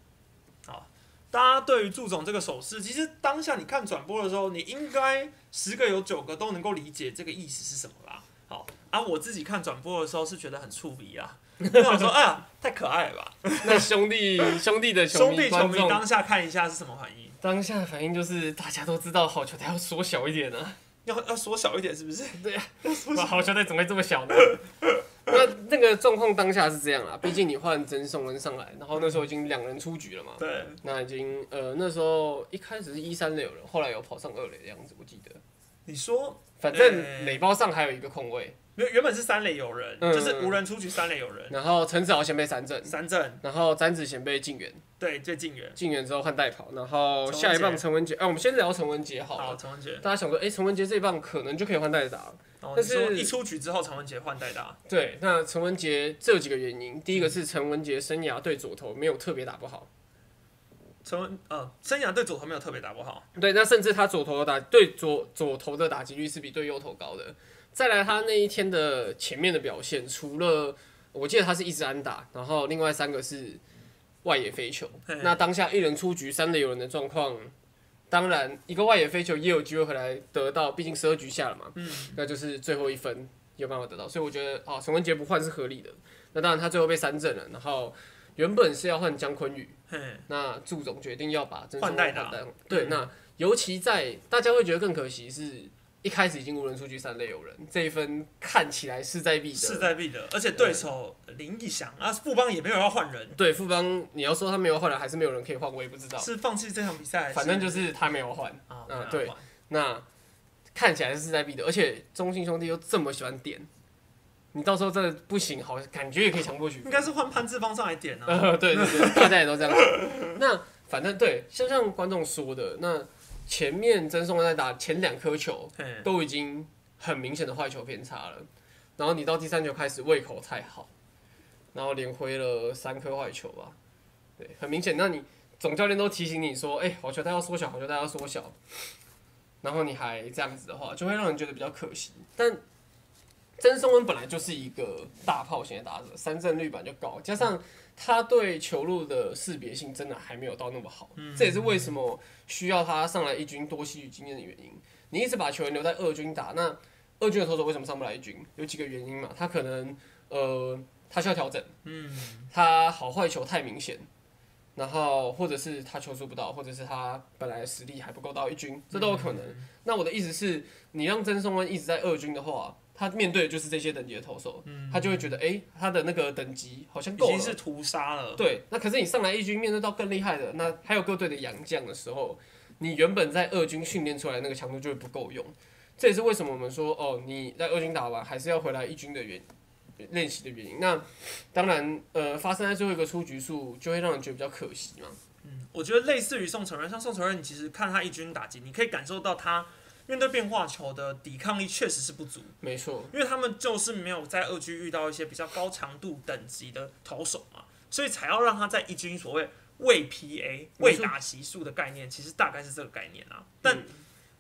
Speaker 1: 好，大家对于祝总这个手势，其实当下你看转播的时候，你应该十个有九个都能够理解这个意思是什么啦。好啊，我自己看转播的时候是觉得很触鼻啊，我想说，哎呀，太可爱了 吧！
Speaker 2: 那兄弟兄弟的球
Speaker 1: 兄
Speaker 2: 迷
Speaker 1: 弟球
Speaker 2: 观
Speaker 1: 迷
Speaker 2: 众
Speaker 1: 当下看一下是什么反应，
Speaker 2: 当下的反应就是大家都知道好球台要缩小一点啊，
Speaker 1: 要要缩小一点是 不是？
Speaker 2: 哇好球台怎么会这么 小呢？那那个状况当下是这样啦，毕竟你换曾颂文上来，然后那时候已经两人出局了嘛，
Speaker 1: 对，
Speaker 2: 那已经呃那时候一开始是一三垒有人，后来有跑上二垒的样子，我记得，
Speaker 1: 你说
Speaker 2: 反
Speaker 1: 呃
Speaker 2: 正垒包上还有一个空位，
Speaker 1: 原原本是三垒有人，
Speaker 2: 嗯
Speaker 1: 就是无人出局，三垒有人，
Speaker 2: 然后陈子豪先被三振，
Speaker 1: 三振，
Speaker 2: 然后詹子贤被禁援，
Speaker 1: 对，最近远。
Speaker 2: 禁援之后换代跑，然后
Speaker 1: 陈文
Speaker 2: 下一棒
Speaker 1: 杰
Speaker 2: 陈文杰，哎、我们先聊陈文杰好
Speaker 1: 好，
Speaker 2: 了。
Speaker 1: 陈文杰，
Speaker 2: 大家想说，哎、陈文杰这一棒可能就可以换代打了。
Speaker 1: 哦，你
Speaker 2: 但
Speaker 1: 说
Speaker 2: 是
Speaker 1: 一出局之后，陈文杰换代打，
Speaker 2: 对，那陈文杰这有几个原因，第一个是陈文杰生涯对左投没有特别打不好，
Speaker 1: 陈文呃，生涯对左投没有特别打不好，
Speaker 2: 对，那甚至他左投的打对左左投的打击率是比对右投高的。再来，他那一天的前面的表现，除了我记得他是一直安打，然后另外三个是外野飞球
Speaker 1: 嘿。
Speaker 2: 那当下一人出局，三垒有人的状况，当然一个外野飞球也有机会回来得到，毕竟十二局下了嘛，
Speaker 1: 嗯
Speaker 2: 那就是最后一分有办法得到。所以我觉得啊，陈文杰不换是合理的。那当然他最后被三振了，然后原本是要换姜昆宇，
Speaker 1: 嘿，
Speaker 2: 那祝总决定要把曾
Speaker 1: 换
Speaker 2: 松
Speaker 1: 代
Speaker 2: 换
Speaker 1: 打嗯
Speaker 2: 代换对，那尤其在大家会觉得更可惜是，一开始已经无人出局，三垒有人这一分看起来势在必得。
Speaker 1: 势在必得，而且对手林义祥啊，富邦也没有要换人，
Speaker 2: 对，富邦你要说他没有换了，还是没有人可以换，我也不知道。
Speaker 1: 是放弃这场比赛，哎还是
Speaker 2: 反正就是他没有换，
Speaker 1: 啊，
Speaker 2: 嗯
Speaker 1: 没有
Speaker 2: 对
Speaker 1: 换
Speaker 2: 那看起来是势在必得，而且中信兄弟又这么喜欢点，你到时候真的不行，好感觉也可以强迫取
Speaker 1: 应
Speaker 2: 分。
Speaker 1: 该是换潘志芳上来点啊，
Speaker 2: 呃， 对对 对，大家也都这样想。那反正对，就像观众说的，那前面曾颂文在打前两颗球，
Speaker 1: 嘿，
Speaker 2: 都已经很明显的坏球偏差了，然后你到第三球开始胃口太好，然后连挥了三颗坏球吧。对，很明显，那你总教练都提醒你说，哎、好球带要缩小，好球带要缩小，然后你还这样子的话，就会让人觉得比较可惜。但曾松恩本来就是一个大炮型的打者，三振率本来就高，加上他对球路的识别性真的还没有到那么好，
Speaker 1: 嗯
Speaker 2: 这也是为什么需要他上来一军多吸取经验的原因。你一直把球员留在二军打，那二军的投手为什么上不来一军？有几个原因嘛，他可能呃他需要调整，嗯，他好坏球太明显。然后，或者是他球速不到，或者是他本来实力还不够到一军，这都有可能。那我的意思是，你让曾颂恩一直在二军的话，他面对的就是这些等级的投手，他就会觉得，哎、他的那个等级好像
Speaker 1: 已
Speaker 2: 够了
Speaker 1: 经，是屠杀了。
Speaker 2: 对，那可是你上来一军面对到更厉害的，那还有各队的洋将的时候，你原本在二军训练出来的那个强度就会不够用。这也是为什么我们说哦，你在二军打完还是要回来一军的原练习的原因。那当然，呃，发生在最后一个出局数，就会让人觉得比较可惜嘛。
Speaker 1: 嗯我觉得类似于宋承仁，像宋承仁，你其实看他一军打击，你可以感受到他面对变化球的抵抗力确实是不足，
Speaker 2: 没错，
Speaker 1: 因为他们就是没有在二军遇到一些比较高强度等级的投手嘛，所以才要让他在一军所谓未 PA
Speaker 2: 没
Speaker 1: 未
Speaker 2: 错
Speaker 1: 打席数的概念，其实大概是这个概念
Speaker 2: 嗯
Speaker 1: 啊。但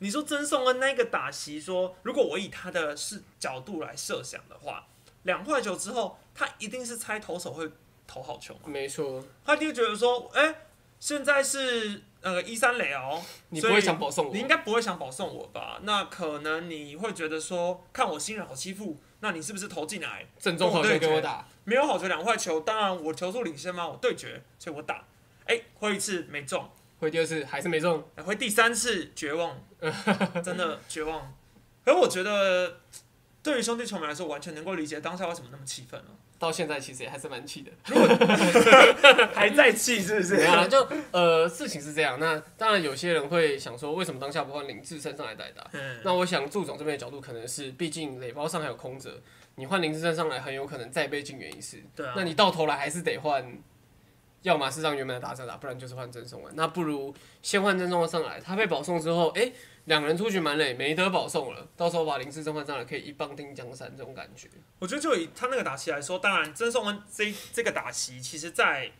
Speaker 1: 你说曾颂恩那个打席说如果我以他的视角度来设想的话，两坏球之后，他一定是猜投手会投好球嘛。
Speaker 2: 没错，
Speaker 1: 他一定觉得说，哎、现在是呃一三垒哦，
Speaker 2: 你不
Speaker 1: 所以
Speaker 2: 会想保送我
Speaker 1: 你，应该不会想保送我吧？那可能你会觉得说，看我新人好欺负，那你是不是投进来
Speaker 2: 正中好球给我打，
Speaker 1: 没有好球两坏球？当然我球速领先嘛，我对决，所以我打，哎、挥一次没中，
Speaker 2: 回第二次还是没中。
Speaker 1: 哎挥第三次绝 望，真的绝望。可是我觉得，对于兄弟球迷来说，完全能够理解当下为什么那么气愤哦了，
Speaker 2: 到现在其实也还是蛮气的。
Speaker 1: 还在气是不
Speaker 2: 没有啦，就呃，事情是这样。那当然，有些人会想说，为什么当下不换林志胜上来代打？
Speaker 1: 嗯，
Speaker 2: 那我想祝总这边的角度可能是，毕竟垒包上还有空着，你换林志胜上来，很有可能再被禁援一次。
Speaker 1: 对啊
Speaker 2: 那，你到头来还是得换，要么是让原本的打者打，不然就是换曾颂文。那不如先换曾颂文上来，他被保送之后，哎、两个人出局满垒，没得保送了，到时候把林志胜换上来，可以一棒定江山这种感觉。
Speaker 1: 我觉得就以他那个打席来说，当然曾颂恩这这个打席，其实在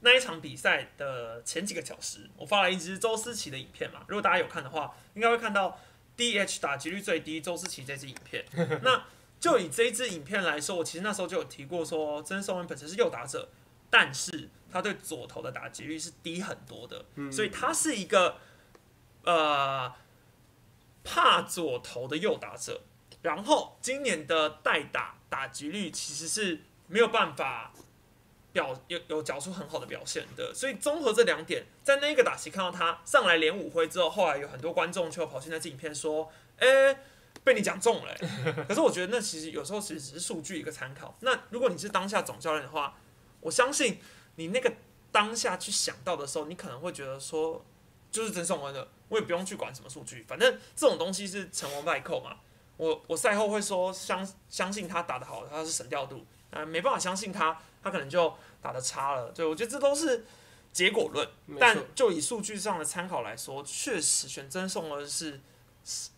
Speaker 1: 那一场比赛的前几个小时，我发了一支周思琪的影片嘛，如果大家有看的话，应该会看到 DH 打击率最低周思琪这支影片。那就以这一支影片来说，我其实那时候就有提过说，曾颂恩本身是右打者，但是他对左投的打击率是低很多的，所以他是一个呃怕左投的右打者。然后今年的代打打击率其实是没有办法表有有缴出很好的表现的，所以综合这两点，在那个打席看到他上来连五挥之后，后来有很多观众就跑去那支影片说：“哎，被你讲中了欸、可是我觉得那其实有时候其实只是数据一个参考。那如果你是当下总教练的话，我相信你那个当下去想到的时候，你可能会觉得说，就是曾颂文的，我也不用去管什么数据，反正这种东西是成王败寇嘛。我我赛后会说相相信他打得好，他是神调度，啊、没办法相信他，他可能就打得差了。对，我觉得这都是结果论，
Speaker 2: 没
Speaker 1: 但
Speaker 2: 错，
Speaker 1: 就以数据上的参考来说，确实选曾颂文是是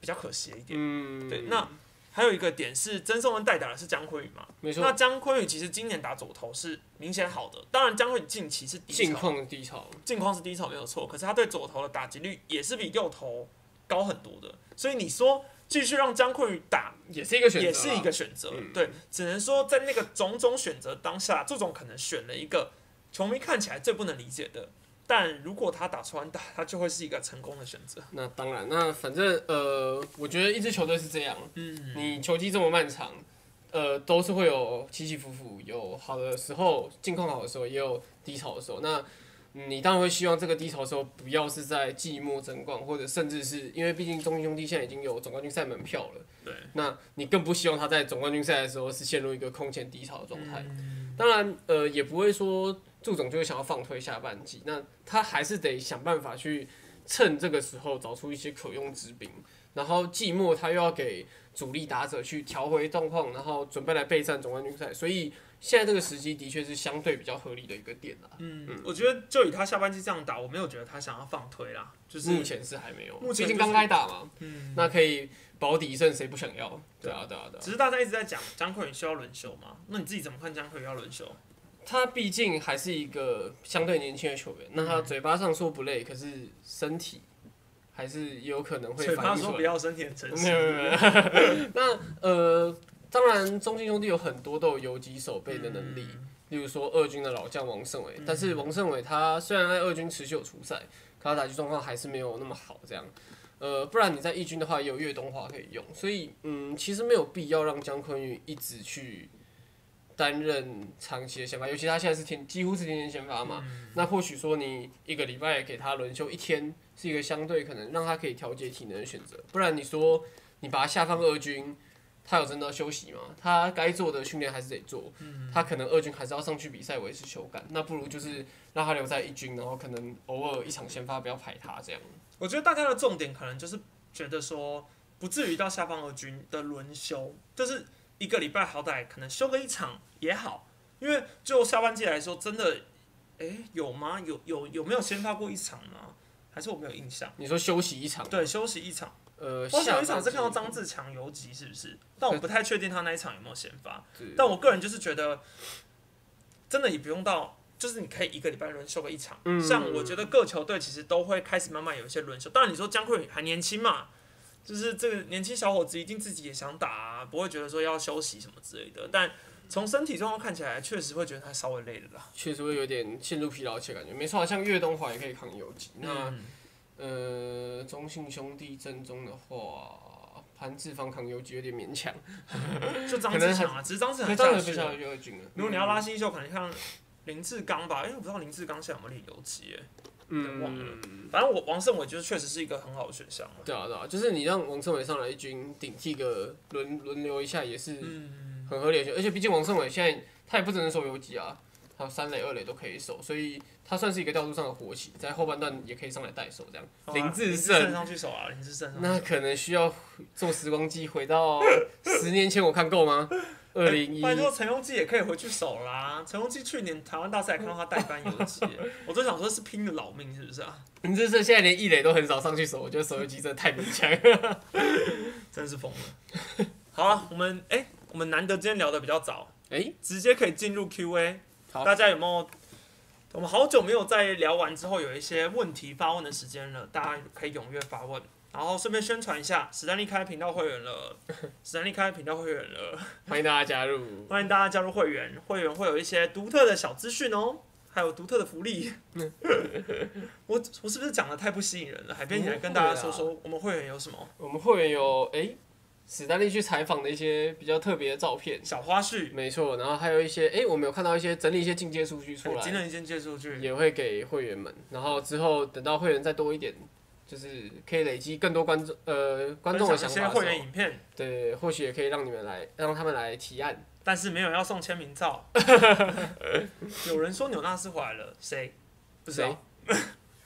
Speaker 1: 比较可惜一点。
Speaker 2: 嗯，
Speaker 1: 对，那还有一个点是曾颂恩代打的是姜昆宇嘛？
Speaker 2: 没
Speaker 1: 那
Speaker 2: 错，
Speaker 1: 姜昆宇其实今年打左投是明显好的，当然姜昆宇近期是低
Speaker 2: 近
Speaker 1: 潮，
Speaker 2: 况的低潮。
Speaker 1: 近况是低潮没有错，可是他对左投的打击率也是比右投高很多的，所以你说继续让姜昆宇打
Speaker 2: 也是一个选择，
Speaker 1: 也是一个。选择，
Speaker 2: 嗯
Speaker 1: 对，只能说在那个种种选择当下，这种可能选了一个球迷看起来最不能理解的，但如果他打穿打，他就会是一个成功的选择。
Speaker 2: 那当然，那反正呃，我觉得一支球队是这样，
Speaker 1: 嗯，
Speaker 2: 你球季这么漫长，呃，都是会有起起伏伏，有好的时候，境况好的时候，也有低潮的时候。那嗯你当然会希望这个低潮的时候不要是在季末争冠，或者甚至是因为毕竟中信兄弟现在已经有总冠军赛门票了，
Speaker 1: 对，
Speaker 2: 那你更不希望他在总冠军赛的时候是陷入一个空前低潮的状态。
Speaker 1: 嗯
Speaker 2: 当然，呃，也不会说祝总就是想要放推下半季，那他还是得想办法去趁这个时候找出一些可用之兵。然后季末他又要给主力打者去调回状况，然后准备来备战总冠军赛，所以现在这个时机的确是相对比较合理的一个点啊啦。
Speaker 1: 嗯，我觉得就以他下半季这样打，我没有觉得他想要放推啦，就是
Speaker 2: 目前是还没有，
Speaker 1: 目前
Speaker 2: 毕竟
Speaker 1: 就是
Speaker 2: 刚开打嘛，
Speaker 1: 嗯
Speaker 2: 那可以保底一胜谁不想要？对啊，对啊，对啊。
Speaker 1: 只是大家一直在讲江坤宇需要轮休嘛，那你自己怎么看江坤宇要轮休？
Speaker 2: 他毕竟还是一个相对年轻的球员，那
Speaker 1: 嗯
Speaker 2: 他嘴巴上说不累，可是身体还是有可能会
Speaker 1: 嘴巴
Speaker 2: 反映
Speaker 1: 说
Speaker 2: 出
Speaker 1: 不
Speaker 2: 来。
Speaker 1: 要身体很诚
Speaker 2: 没有没
Speaker 1: 实，
Speaker 2: 有没有。 那呃，当然，中信兄弟有很多都有游击手背的能力，例如说二军的老将王胜伟，但是王胜伟他虽然在二军持续有出赛，可他打击状况还是没有那么好，这样。呃，不然你在一军的话也有岳东华可以用，所以嗯，其实没有必要让姜坤宇一直去担任长期的先发，尤其他现在是天几乎是天天先发嘛，那或许说你一个礼拜给他轮休一天，是一个相对可能让他可以调节体能的选择，不然你说你把他下放二军，他有真的休息吗？他该做的训练还是得做，他可能二军还是要上去比赛维持球感，那不如就是让他留在一军，然后可能偶尔一场先发不要排他这样。
Speaker 1: 我觉得大家的重点可能就是觉得说，不至于到下方二军的轮休，就是一个礼拜好歹可能休个一场也好，因为就下半季来说，真的，诶，有吗？有有有没有先发过一场吗？还是我没有印象？
Speaker 2: 你说休息一场，
Speaker 1: 对，休息一场。
Speaker 2: 呃，
Speaker 1: 我
Speaker 2: 下
Speaker 1: 想一场是看到
Speaker 2: 半
Speaker 1: 张志强游击是不是？但我不太确定他那一场有没有先发。
Speaker 2: 季，
Speaker 1: 但我个人就是觉得，真的也不用到，就是你可以一个礼拜轮休个一场。
Speaker 2: 嗯
Speaker 1: 像我觉得各球队其实都会开始慢慢有一些轮休。当然你说姜昆宇还年轻嘛，就是这个年轻小伙子一定自己也想打、啊，不会觉得说要休息什么之类的。但从身体状况看起来，确实会觉得他稍微累了啦。
Speaker 2: 确实会有点陷入疲劳期的感觉。没错啊，像岳东华也可以扛游击，那。
Speaker 1: 嗯，
Speaker 2: 呃，中信兄弟正宗的话，潘志芳扛游击有点勉强，
Speaker 1: 就张
Speaker 2: 可能
Speaker 1: 志强啊，只是张志
Speaker 2: 可
Speaker 1: 强
Speaker 2: 当
Speaker 1: 下
Speaker 2: 然
Speaker 1: 去
Speaker 2: 非
Speaker 1: 了。
Speaker 2: 常有军了。
Speaker 1: 如果你要拉新秀，可能像林志刚吧，因为我不知道林志刚现在有没有练游击耶、忘了
Speaker 2: 嗯，
Speaker 1: 反正我王胜伟就是确实是一个很好的选项了。
Speaker 2: 对啊对啊，就是你让王胜伟上来一军顶替个轮轮流一下也是
Speaker 1: 嗯，
Speaker 2: 很合理的选，而且毕竟王胜伟现在他也不只能守游击啊，他三垒二垒都可以守，所以他算是一个调度上的活棋，在后半段也可以上来代守这样。
Speaker 1: 好啊
Speaker 2: 林志
Speaker 1: 胜
Speaker 2: 胜。
Speaker 1: 上去手啊，林志胜上去
Speaker 2: 那可能需要坐时光机回到十年前，我看够吗？二零一
Speaker 1: 哎拜托陈庸基也可以回去守啦。陈庸基去年台湾大赛看到他代班游 击，我都想说是拼了老命是不是啊？
Speaker 2: 林志胜现在连一垒都很少上去守，我觉得守游击真的太勉强了。
Speaker 1: 真是疯了。好啊，我们哎、我们难得今天聊的比较早，
Speaker 2: 哎、
Speaker 1: 直接可以进入 Q&A。
Speaker 2: 好
Speaker 1: 大家有没有？我们好久没有在聊完之后有一些问题发问的时间了，大家可以踊跃发问。然后顺便宣传一下，史丹利开频道会员了，史丹利开频道会员了。
Speaker 2: 欢迎大家加入。
Speaker 1: 欢迎大家加入会员，会员会有一些独特的小资讯哦，还有独特的福利。 我我是不是讲的太不吸引人了？海边，你来跟大家说说
Speaker 2: 啊
Speaker 1: 我们会员有什么
Speaker 2: 我们会员有哎、史丹利去采访的一些比较特别的照片，
Speaker 1: 小花絮？
Speaker 2: 没错，然后还有一些哎、我们有看到一些整理一些进阶数据出
Speaker 1: 今
Speaker 2: 来，
Speaker 1: 人先介绍去，
Speaker 2: 也会给会员们。然后之后等到会员再多一点，就是可以累积更多观众呃观众的
Speaker 1: 分享
Speaker 2: 想
Speaker 1: 一些
Speaker 2: 法的时候
Speaker 1: 会员影片，
Speaker 2: 对，或许也可以让你们来让他们来提案。
Speaker 1: 但是没有要送签名 照。有人说纽纳斯回来了，谁？不知
Speaker 2: 谁
Speaker 1: 道。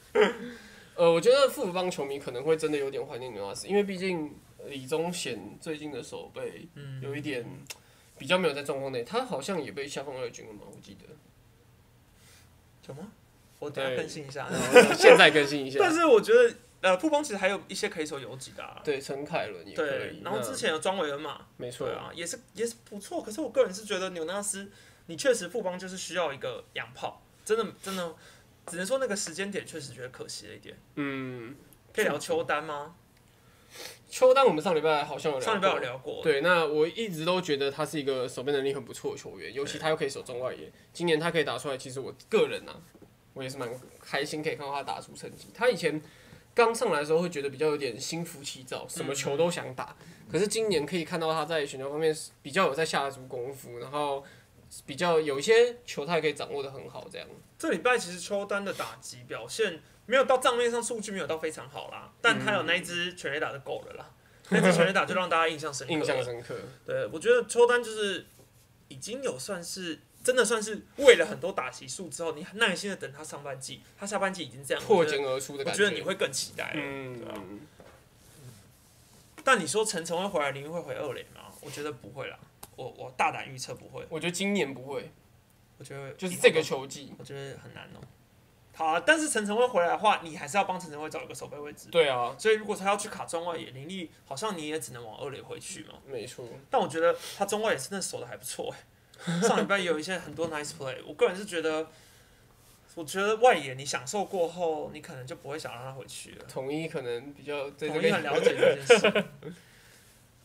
Speaker 2: 呃，我觉得富邦球迷可能会真的有点怀念牛拉斯，因为毕竟李宗贤最近的手背
Speaker 1: 嗯，
Speaker 2: 有一点比较没有在状况内，他好像也被下放二军了嘛，我记得。
Speaker 1: 什么？我等一下
Speaker 2: 对
Speaker 1: 更新一下。
Speaker 2: 现在更新一下。
Speaker 1: 但是我觉得，呃，富邦其实还有一些可以手游击的、啊。
Speaker 2: 对，陈凯伦也可
Speaker 1: 对
Speaker 2: 以。，
Speaker 1: 然后之前有庄伟恩嘛，
Speaker 2: 那没错
Speaker 1: 对，啊，也是也是不错。可是我个人是觉得纽纳斯，你确实富邦就是需要一个洋炮，真的真的，只能说那个时间点确实觉得可惜了一点。
Speaker 2: 嗯，
Speaker 1: 可以聊秋丹吗？
Speaker 2: 邱丹我们上礼拜好像有聊，
Speaker 1: 上礼拜有。聊过，
Speaker 2: 对，那我一直都觉得他是一个守备能力很不错的球员，尤其他又可以守中外野。今年他可以打出来，其实我个人啊，我也是蛮开心可以看到他打出成绩。他以前刚上来的时候会觉得比较有点心浮气躁，什么球都想打。
Speaker 1: 嗯
Speaker 2: 可是今年可以看到他在选球方面是比较有在下足功夫，然后比较有一些球他也可以掌握的很好，这样。
Speaker 1: 这礼拜其实秋丹的打击表现没有到账面上数据没有到非常好啦，但他有
Speaker 2: 嗯
Speaker 1: 那一支全垒打就够了啦，那支全垒打就让大家印象深刻。
Speaker 2: 印象深刻。
Speaker 1: 对，我觉得抽单就是已经有算是真的算是为了很多打席数之后，你很耐心的等他上半季，他下半季已经这样，
Speaker 2: 破
Speaker 1: 我觉
Speaker 2: 茧
Speaker 1: 得
Speaker 2: 而出的
Speaker 1: 我
Speaker 2: 感
Speaker 1: 觉得你会更期待了。对啊
Speaker 2: 嗯，
Speaker 1: 但你说陈诚会回来，林会回二垒吗？我觉得不会啦，我我大胆预测不会，
Speaker 2: 我觉得今年不会，
Speaker 1: 我觉得
Speaker 2: 就是这个
Speaker 1: 球，
Speaker 2: 球季，
Speaker 1: 我觉得很难哦、好啊，但是陈晨威回来的话，你还是要帮陈晨威找一个守备位置。
Speaker 2: 对啊，
Speaker 1: 所以如果他要去卡中外野，林立好像你也只能往二垒回去嘛。
Speaker 2: 没错，
Speaker 1: 但我觉得他中外野真的守的还不错、欸、上礼拜也有一些很多 nice play，我个人是觉得，我觉得外野你享受过后，你可能就不会想让他回去了。
Speaker 2: 统一可能比较对
Speaker 1: 我
Speaker 2: 这
Speaker 1: 也很
Speaker 2: 个
Speaker 1: 了解这件事。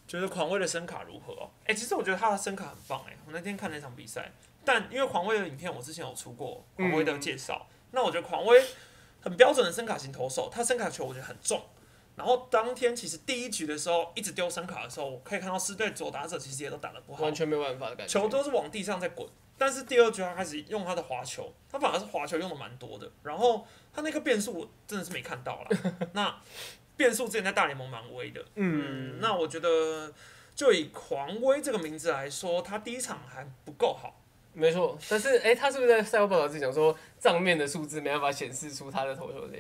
Speaker 1: 觉得狂威的声卡如何哦？哎、其实我觉得他的声卡很棒哎、我那天看那场比赛，但因为狂威的影片我之前有出过狂威的介绍，那我觉得狂威很标准的声卡型投手，他声卡球我觉得很重。然后当天其实第一局的时候一直丢声卡的时候，我可以看到狮队左打者其实也都打得不好
Speaker 2: 完，全没有办法的感觉。
Speaker 1: 球都是往地上在滚。但是第二局他开始用他的滑球，他反而是滑球用的蛮多的。然后他那个变速我真的是没看到 啦。那变速之前在大联盟蛮威的，嗯，那我觉得就以狂威这个名字来说，他第一场还不够好。
Speaker 2: 没错，但是哎、他是不是在赛后报道自己讲说账面的数字没办法显示出他的投球类？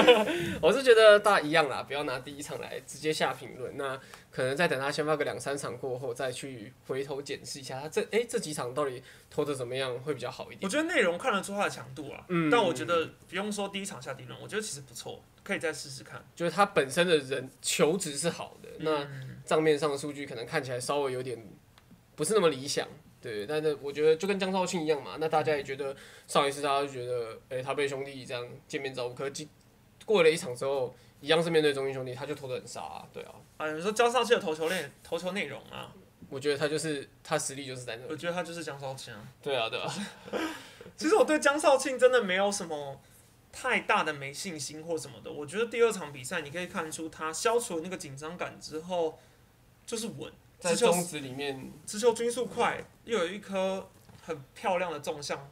Speaker 2: 我是觉得大家一样啦，不要拿第一场来直接下评论。那可能再等他先发个两三场过后，再去回头检视一下他这哎、这几场到底投的怎么样会比较好一
Speaker 1: 我
Speaker 2: 点。
Speaker 1: 觉得内容看得出他的强度啊，
Speaker 2: 嗯
Speaker 1: 但我觉得不用说第一场下定论，我觉得其实不错，可以再试试看。
Speaker 2: 就是他本身的人求职是好的，
Speaker 1: 嗯
Speaker 2: 那账面上的数据可能看起来稍微有点不是那么理想。对，但是我觉得就跟江少庆一样嘛，那大家也觉得上一次大家就觉得，哎、他被兄弟这样见面招呼，可是今过了一场之后，一样是面对中英兄弟，他就投的很傻、啊，对啊，
Speaker 1: 啊，你说江少庆的投球内投球内容啊，
Speaker 2: 我觉得他就是他实力就是在那
Speaker 1: 我
Speaker 2: 里，
Speaker 1: 觉得他就是江少庆啊。
Speaker 2: 对啊，对啊，
Speaker 1: 其实我对江少庆真的没有什么太大的没信心或什么的。我觉得第二场比赛你可以看出他消除那个紧张感之后，就是稳，
Speaker 2: 在
Speaker 1: 直球
Speaker 2: 中职里面，
Speaker 1: 直球均速快，又有一颗很漂亮的纵向，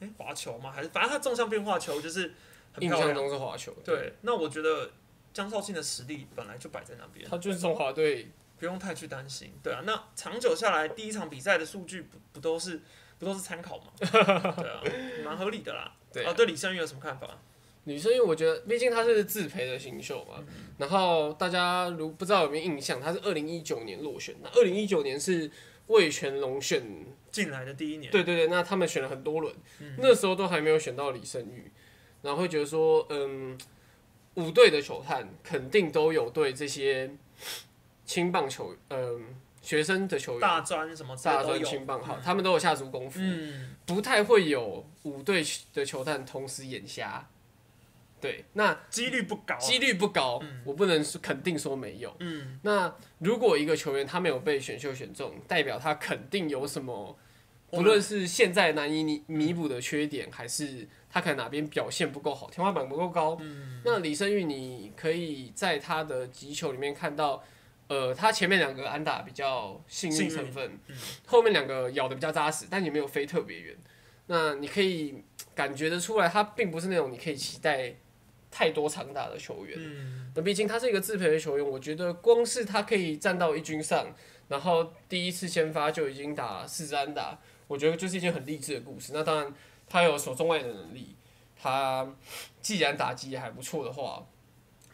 Speaker 1: 诶、滑球吗？还是反正他纵向变化球就是很
Speaker 2: 印
Speaker 1: 漂
Speaker 2: 象
Speaker 1: 亮。
Speaker 2: 中是滑球，，
Speaker 1: 对，那我觉得江少庆的实力本来就摆在那边，
Speaker 2: 他就是中华队
Speaker 1: 不用太去担心。对啊，那长久下来，第一场比赛的数据不不都是不都是参考 吗？对啊，蛮合理的啦。
Speaker 2: 对
Speaker 1: 啊，对李胜宇有什么看法？
Speaker 2: 女生，因为我觉得，毕竟她是自培的新秀
Speaker 1: 嗯
Speaker 2: 嘛，然后大家如不知道有没有印象，她是二零一九年落选，那二零一九年是魏全龙选，
Speaker 1: 进来的第一年，嗯
Speaker 2: 对对对，那他们选了很多轮，那时候都还没有选到李胜玉，然后会觉得说，嗯，五队的球探肯定都有对这些青棒球，嗯，学生的球员，
Speaker 1: 大专什么之类
Speaker 2: 大
Speaker 1: 都
Speaker 2: 专
Speaker 1: 有，
Speaker 2: 青棒好，他们都有下足功夫，
Speaker 1: 嗯，
Speaker 2: 不太会有五队的球探同时眼瞎，对，那。
Speaker 1: 几率不高啊，
Speaker 2: 几率不高，我不能说肯定说没有。
Speaker 1: 嗯，
Speaker 2: 那如果一个球员他没有被选秀选中，代表他肯定有什么，
Speaker 1: 我
Speaker 2: 不论是现在难以弥弥补的缺点，还是他可能哪边表现不够好，天花板不够高。嗯，那李胜玉，你可以在他的击球里面看到。呃，他前面两个安打比较幸
Speaker 1: 幸
Speaker 2: 运
Speaker 1: 运
Speaker 2: 成分，后面两个咬的比较扎实，但也没有飞特别远。那你可以感觉得出来，他并不是那种你可以期待太多长打的球员。
Speaker 1: 嗯，
Speaker 2: 那毕竟他是一个自培的球员，我觉得光是他可以站到一军上，然后第一次先发就已经打四支安打，我觉得就是一件很励志的故事。那当然，他有守中外野的能力，他既然打击还不错的话，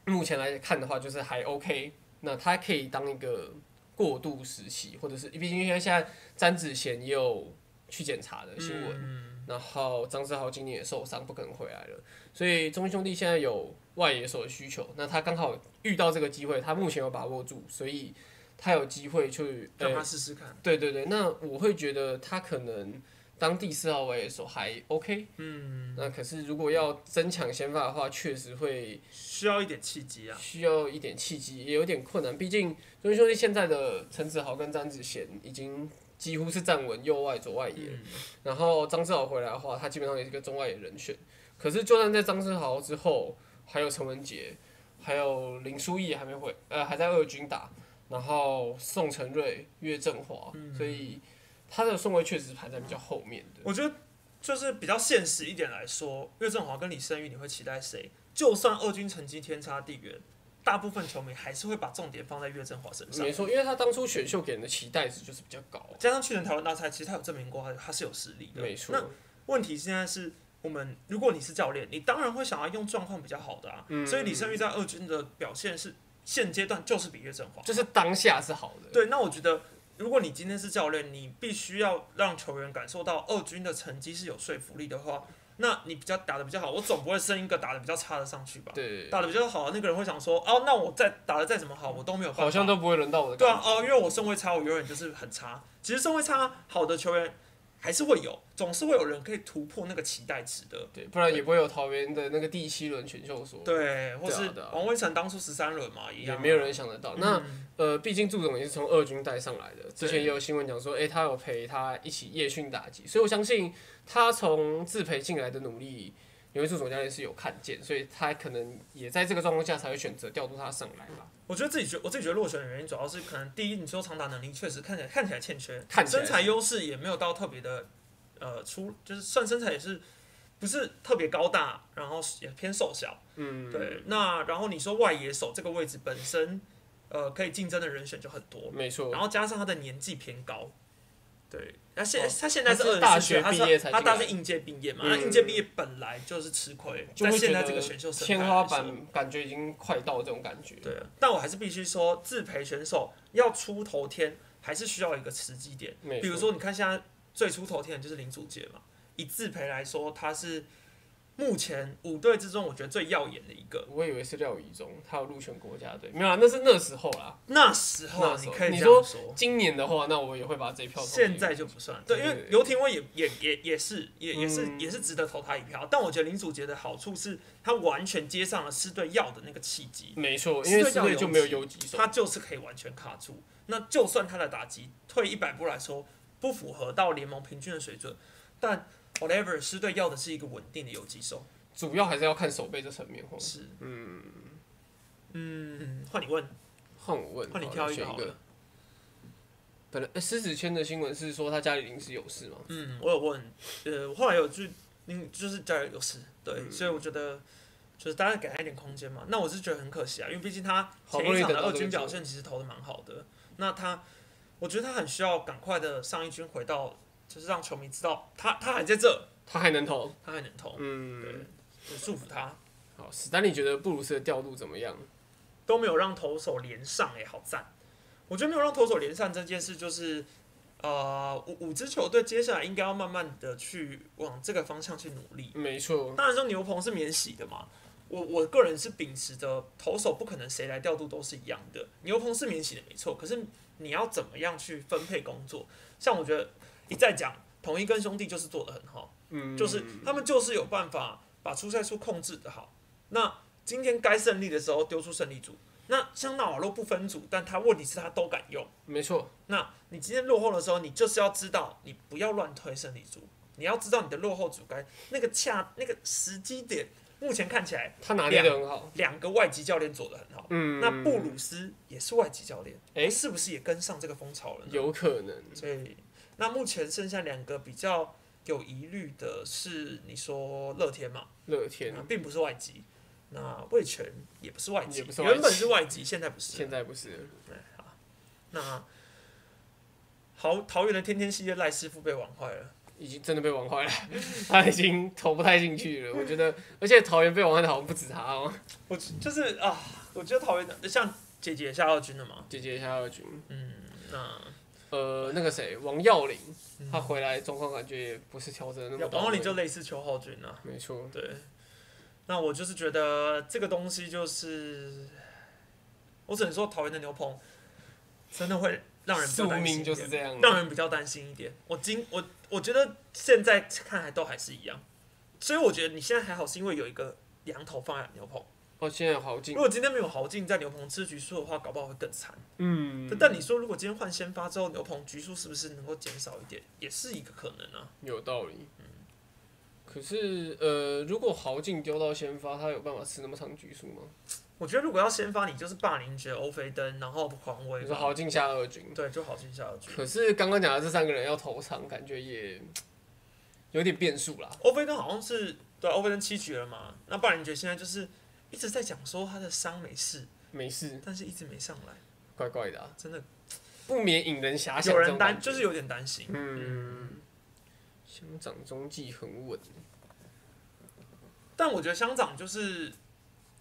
Speaker 2: 目前来看的话就是还 OK。那他可以当一个过渡时期，或者是毕竟因为现在詹子贤也有去检查的
Speaker 1: 嗯
Speaker 2: 新闻，然后张志豪今年也受伤，不可能回来了，所以中信兄弟现在有外野手的需求，那他刚好遇到这个机会，他目前有把握住，所以他有机会去呃
Speaker 1: 让他试试看，
Speaker 2: 对对对，那我会觉得他可能当第四号位的时候还 OK，嗯，那可是如果要增强先发的话，确实会
Speaker 1: 需要一点契机啊，
Speaker 2: 需要一点契机，也有点困难。毕竟中信兄弟现在的陈子豪跟詹子贤已经几乎是站稳右外左外野，
Speaker 1: 嗯
Speaker 2: 然后张志豪回来的话，他基本上也是个中外野人选。可是就算在张志豪之后，还有陈文杰，还有林书义还没回，呃，还在二军打，然后宋承瑞、岳振华，
Speaker 1: 嗯
Speaker 2: 所以他的顺位确实排在比较后面的。
Speaker 1: 我觉得就是比较现实一点来说，岳振华跟李胜宇，你会期待谁？就算二军成绩天差地远，大部分球迷还是会把重点放在岳振华身上。
Speaker 2: 没错，因为他当初选秀给人的期待值就是比较高，
Speaker 1: 加上去年台湾大赛，其实他有证明过他他是有实力的。
Speaker 2: 没
Speaker 1: 那
Speaker 2: 错，
Speaker 1: 问题现在是我们，如果你是教练，你当然会想要用状况比较好的啊。
Speaker 2: 嗯
Speaker 1: 所以李胜宇在二军的表现是现阶段就是比岳振华
Speaker 2: 就是当下是好的。
Speaker 1: 对，那我觉得，如果你今天是教练，你必须要让球员感受到二军的成绩是有说服力的话，那你比较打的比较好，我总不会升一个打的比较差的上去吧？
Speaker 2: 对，
Speaker 1: 打的比较好，那个人会想说，哦，那我再打的再怎么好，我都没有办法。
Speaker 2: 好像都不会轮到我的
Speaker 1: 对
Speaker 2: 感
Speaker 1: 啊，
Speaker 2: 觉。
Speaker 1: 哦，因为我身位差，我永远就是很差。其实身位差好的球员还是会有，总是会有人可以突破那个期待值的。
Speaker 2: 对，不然也不会有桃园的那个第七轮选秀说，，
Speaker 1: 对，或是
Speaker 2: 对啊
Speaker 1: 王威成当初十三轮嘛，一样
Speaker 2: 也
Speaker 1: 啊、
Speaker 2: 没有人想得到。那
Speaker 1: 嗯
Speaker 2: 呃，毕竟祝总也是从二军带上来的，之前也有新闻讲说，诶，他有陪他一起夜训打击，所以我相信他从自培进来的努力，因为祝总教练是有看见，所以他可能也在这个状况下才会选择调度他上来吧。
Speaker 1: 我觉得自己觉我自己觉得落选的原因，主要是可能第一，你说长打能力确实看起来看起来欠缺，
Speaker 2: 看起来
Speaker 1: 身材优势也没有到特别的，呃，出就是算身材也是不是特别高大，然后也偏瘦小。
Speaker 2: 嗯，
Speaker 1: 对，那然后你说外野手这个位置本身，呃，可以竞争的人选就很多，
Speaker 2: 没错
Speaker 1: 然，后加上他的年纪偏高，对，那现、
Speaker 2: 哦
Speaker 1: 他现在是
Speaker 2: 他
Speaker 1: 二
Speaker 2: 是大
Speaker 1: 学
Speaker 2: 学
Speaker 1: 他是
Speaker 2: 毕业才
Speaker 1: 他
Speaker 2: 进来
Speaker 1: 大是应届毕业嘛，
Speaker 2: 嗯
Speaker 1: 那应届毕业本来就是吃亏，
Speaker 2: 就
Speaker 1: 在
Speaker 2: 会觉
Speaker 1: 现在
Speaker 2: 得
Speaker 1: 这个选秀生
Speaker 2: 天
Speaker 1: 态
Speaker 2: 花
Speaker 1: 来说
Speaker 2: 板感觉已经快到这种感觉。
Speaker 1: 对，啊但我还是必须说，自培选手要出头天，还是需要一个时机点。
Speaker 2: 没错
Speaker 1: 比如说，你看现在最出头天的就是林祖杰嘛，以自培来说，他是目前五队之中我觉得最耀眼的一个。
Speaker 2: 我以为是廖宇中，他有入选国家队，没有啊，那是那时候啦。
Speaker 1: 那时候
Speaker 2: 那时
Speaker 1: 你
Speaker 2: 候
Speaker 1: 可以
Speaker 2: 你
Speaker 1: 这样
Speaker 2: 说
Speaker 1: 说，
Speaker 2: 今年的话，那我也会把这一票投给
Speaker 1: 现在就不算。对，因
Speaker 2: 对
Speaker 1: 为
Speaker 2: 对对
Speaker 1: 游廷威也也也也是也也是
Speaker 2: 嗯
Speaker 1: 也是值得投他一票。但我觉得林祖杰的好处是他完全接上了师队要的那个契机。
Speaker 2: 没错，因为
Speaker 1: 四队
Speaker 2: 四队
Speaker 1: 有
Speaker 2: 就没有游击手，
Speaker 1: 他就是可以完全卡住。那就算他的打击退一百步来说不符合到联盟平均的水准，但 Oliver 师队要的是一个稳定的游击手。
Speaker 2: 主要还是要看守备这层面哦。
Speaker 1: 是，嗯嗯，换你问，
Speaker 2: 换我问，
Speaker 1: 换你
Speaker 2: 好
Speaker 1: 挑
Speaker 2: 我
Speaker 1: 一个
Speaker 2: 选
Speaker 1: 好
Speaker 2: 一
Speaker 1: 了
Speaker 2: 个。。本来呃狮子圈的新闻是说他家里临时有事吗？
Speaker 1: 嗯，我有问，呃，我后来有去，嗯，就是家里有事，对，
Speaker 2: 嗯
Speaker 1: 所以我觉得就是大家给他一点空间嘛。那我是觉得很可惜啊，因为毕竟他
Speaker 2: 好不
Speaker 1: 前
Speaker 2: 容
Speaker 1: 一
Speaker 2: 易
Speaker 1: 场
Speaker 2: 等
Speaker 1: 的
Speaker 2: 到
Speaker 1: 二
Speaker 2: 这
Speaker 1: 军
Speaker 2: 个
Speaker 1: 表
Speaker 2: 机
Speaker 1: 现其实投的蛮好的，那他，我觉得他很需要赶快的上一军回到，就是让球迷知道他他还在这，
Speaker 2: 他还能投。
Speaker 1: 他还能投，
Speaker 2: 嗯，
Speaker 1: 对，我祝福他。
Speaker 2: 好，史丹利觉得布鲁斯的调度怎么样？
Speaker 1: 都没有让投手连上、欸，好赞！我觉得没有让投手连上这件事，就是呃，五五支球队接下来应该要慢慢的去往这个方向去努力。
Speaker 2: 没错，
Speaker 1: 当然说牛棚是免洗的嘛，我我个人是秉持着投手不可能谁来调度都是一样的，牛棚是免洗的没错，可是你要怎么样去分配工作？像我觉得一再讲，统一跟兄弟就是做的很好，
Speaker 2: 嗯，
Speaker 1: 就是他们就是有办法把出赛数控制的好。那今天该胜利的时候丢出胜利组，那像纳瓦洛不分组，但他问题是他都敢用。
Speaker 2: 没错，
Speaker 1: 那你今天落后的时候，你就是要知道，你不要乱推胜利组，你要知道你的落后组该那个恰那个时机点。目前看起来，
Speaker 2: 他拿捏的很好。
Speaker 1: 两个外籍教练做的很好。
Speaker 2: 嗯，
Speaker 1: 那布鲁斯也是外籍教练，
Speaker 2: 诶
Speaker 1: 是不是也跟上这个风潮了呢？
Speaker 2: 有可能，
Speaker 1: 所以，那目前剩下两个比较有疑虑的是，你说乐天嘛，
Speaker 2: 乐天
Speaker 1: 那并不是外籍，那魏权也不是外籍，
Speaker 2: 也不是外籍
Speaker 1: 原本是外籍，现在不是。
Speaker 2: 现在不是了
Speaker 1: 对好那好，桃园的天天系列赖师傅被玩坏了，
Speaker 2: 已经真的被玩坏了， 他已经投不太进去了。我觉得，而且桃园被玩坏的好像不止他哦，
Speaker 1: 我就是啊，我觉得桃园的像姐姐下二军了嘛，嗯
Speaker 2: 姐姐一下二军。
Speaker 1: 那
Speaker 2: 呃，那个谁，王耀林，他回来状况感觉也不是调整得那么到
Speaker 1: 嗯王后
Speaker 2: 位
Speaker 1: 林就类似邱浩军啊，
Speaker 2: 没错，
Speaker 1: 对，那我就是觉得这个东西就是，我只能说桃园的牛棚真的会让人比较
Speaker 2: 宿
Speaker 1: 担心一嗯
Speaker 2: 命
Speaker 1: 点
Speaker 2: 就是这样。
Speaker 1: 让人比较担心一点。我今我我觉得现在看来都还是一样，所以我觉得你现在还好，是因为有一个羊头放在牛棚。
Speaker 2: 哦，现在有好进
Speaker 1: 如，果今天没有豪进在牛棚吃局数的话，搞不好会更惨。
Speaker 2: 嗯，
Speaker 1: 但你说如果今天换先发之后，牛棚局数是不是能够减少一点，也是一个可能啊。
Speaker 2: 有道理。可是，呃，如果豪进丢到先发，他有办法吃那么长局数吗？
Speaker 1: 我觉得如果要先发，你就是霸凌爵、欧菲登，然后狂威
Speaker 2: 你
Speaker 1: 吧，
Speaker 2: 说豪进下二军，
Speaker 1: 对，就好进下二局。
Speaker 2: 可是刚刚讲的这三个人要投长，感觉也有点变数啦。
Speaker 1: 欧菲登好像是对啊欧菲登七局了嘛，那霸凌爵现在就是一直在讲说他的伤没事，
Speaker 2: 没事，
Speaker 1: 但是一直没上来，
Speaker 2: 怪怪的、啊，
Speaker 1: 真的
Speaker 2: 不免引人遐想。
Speaker 1: 有人担
Speaker 2: 这
Speaker 1: 就
Speaker 2: 种
Speaker 1: 是有点担心。
Speaker 2: 感觉，嗯，乡长中继很稳，
Speaker 1: 但我觉得乡长就是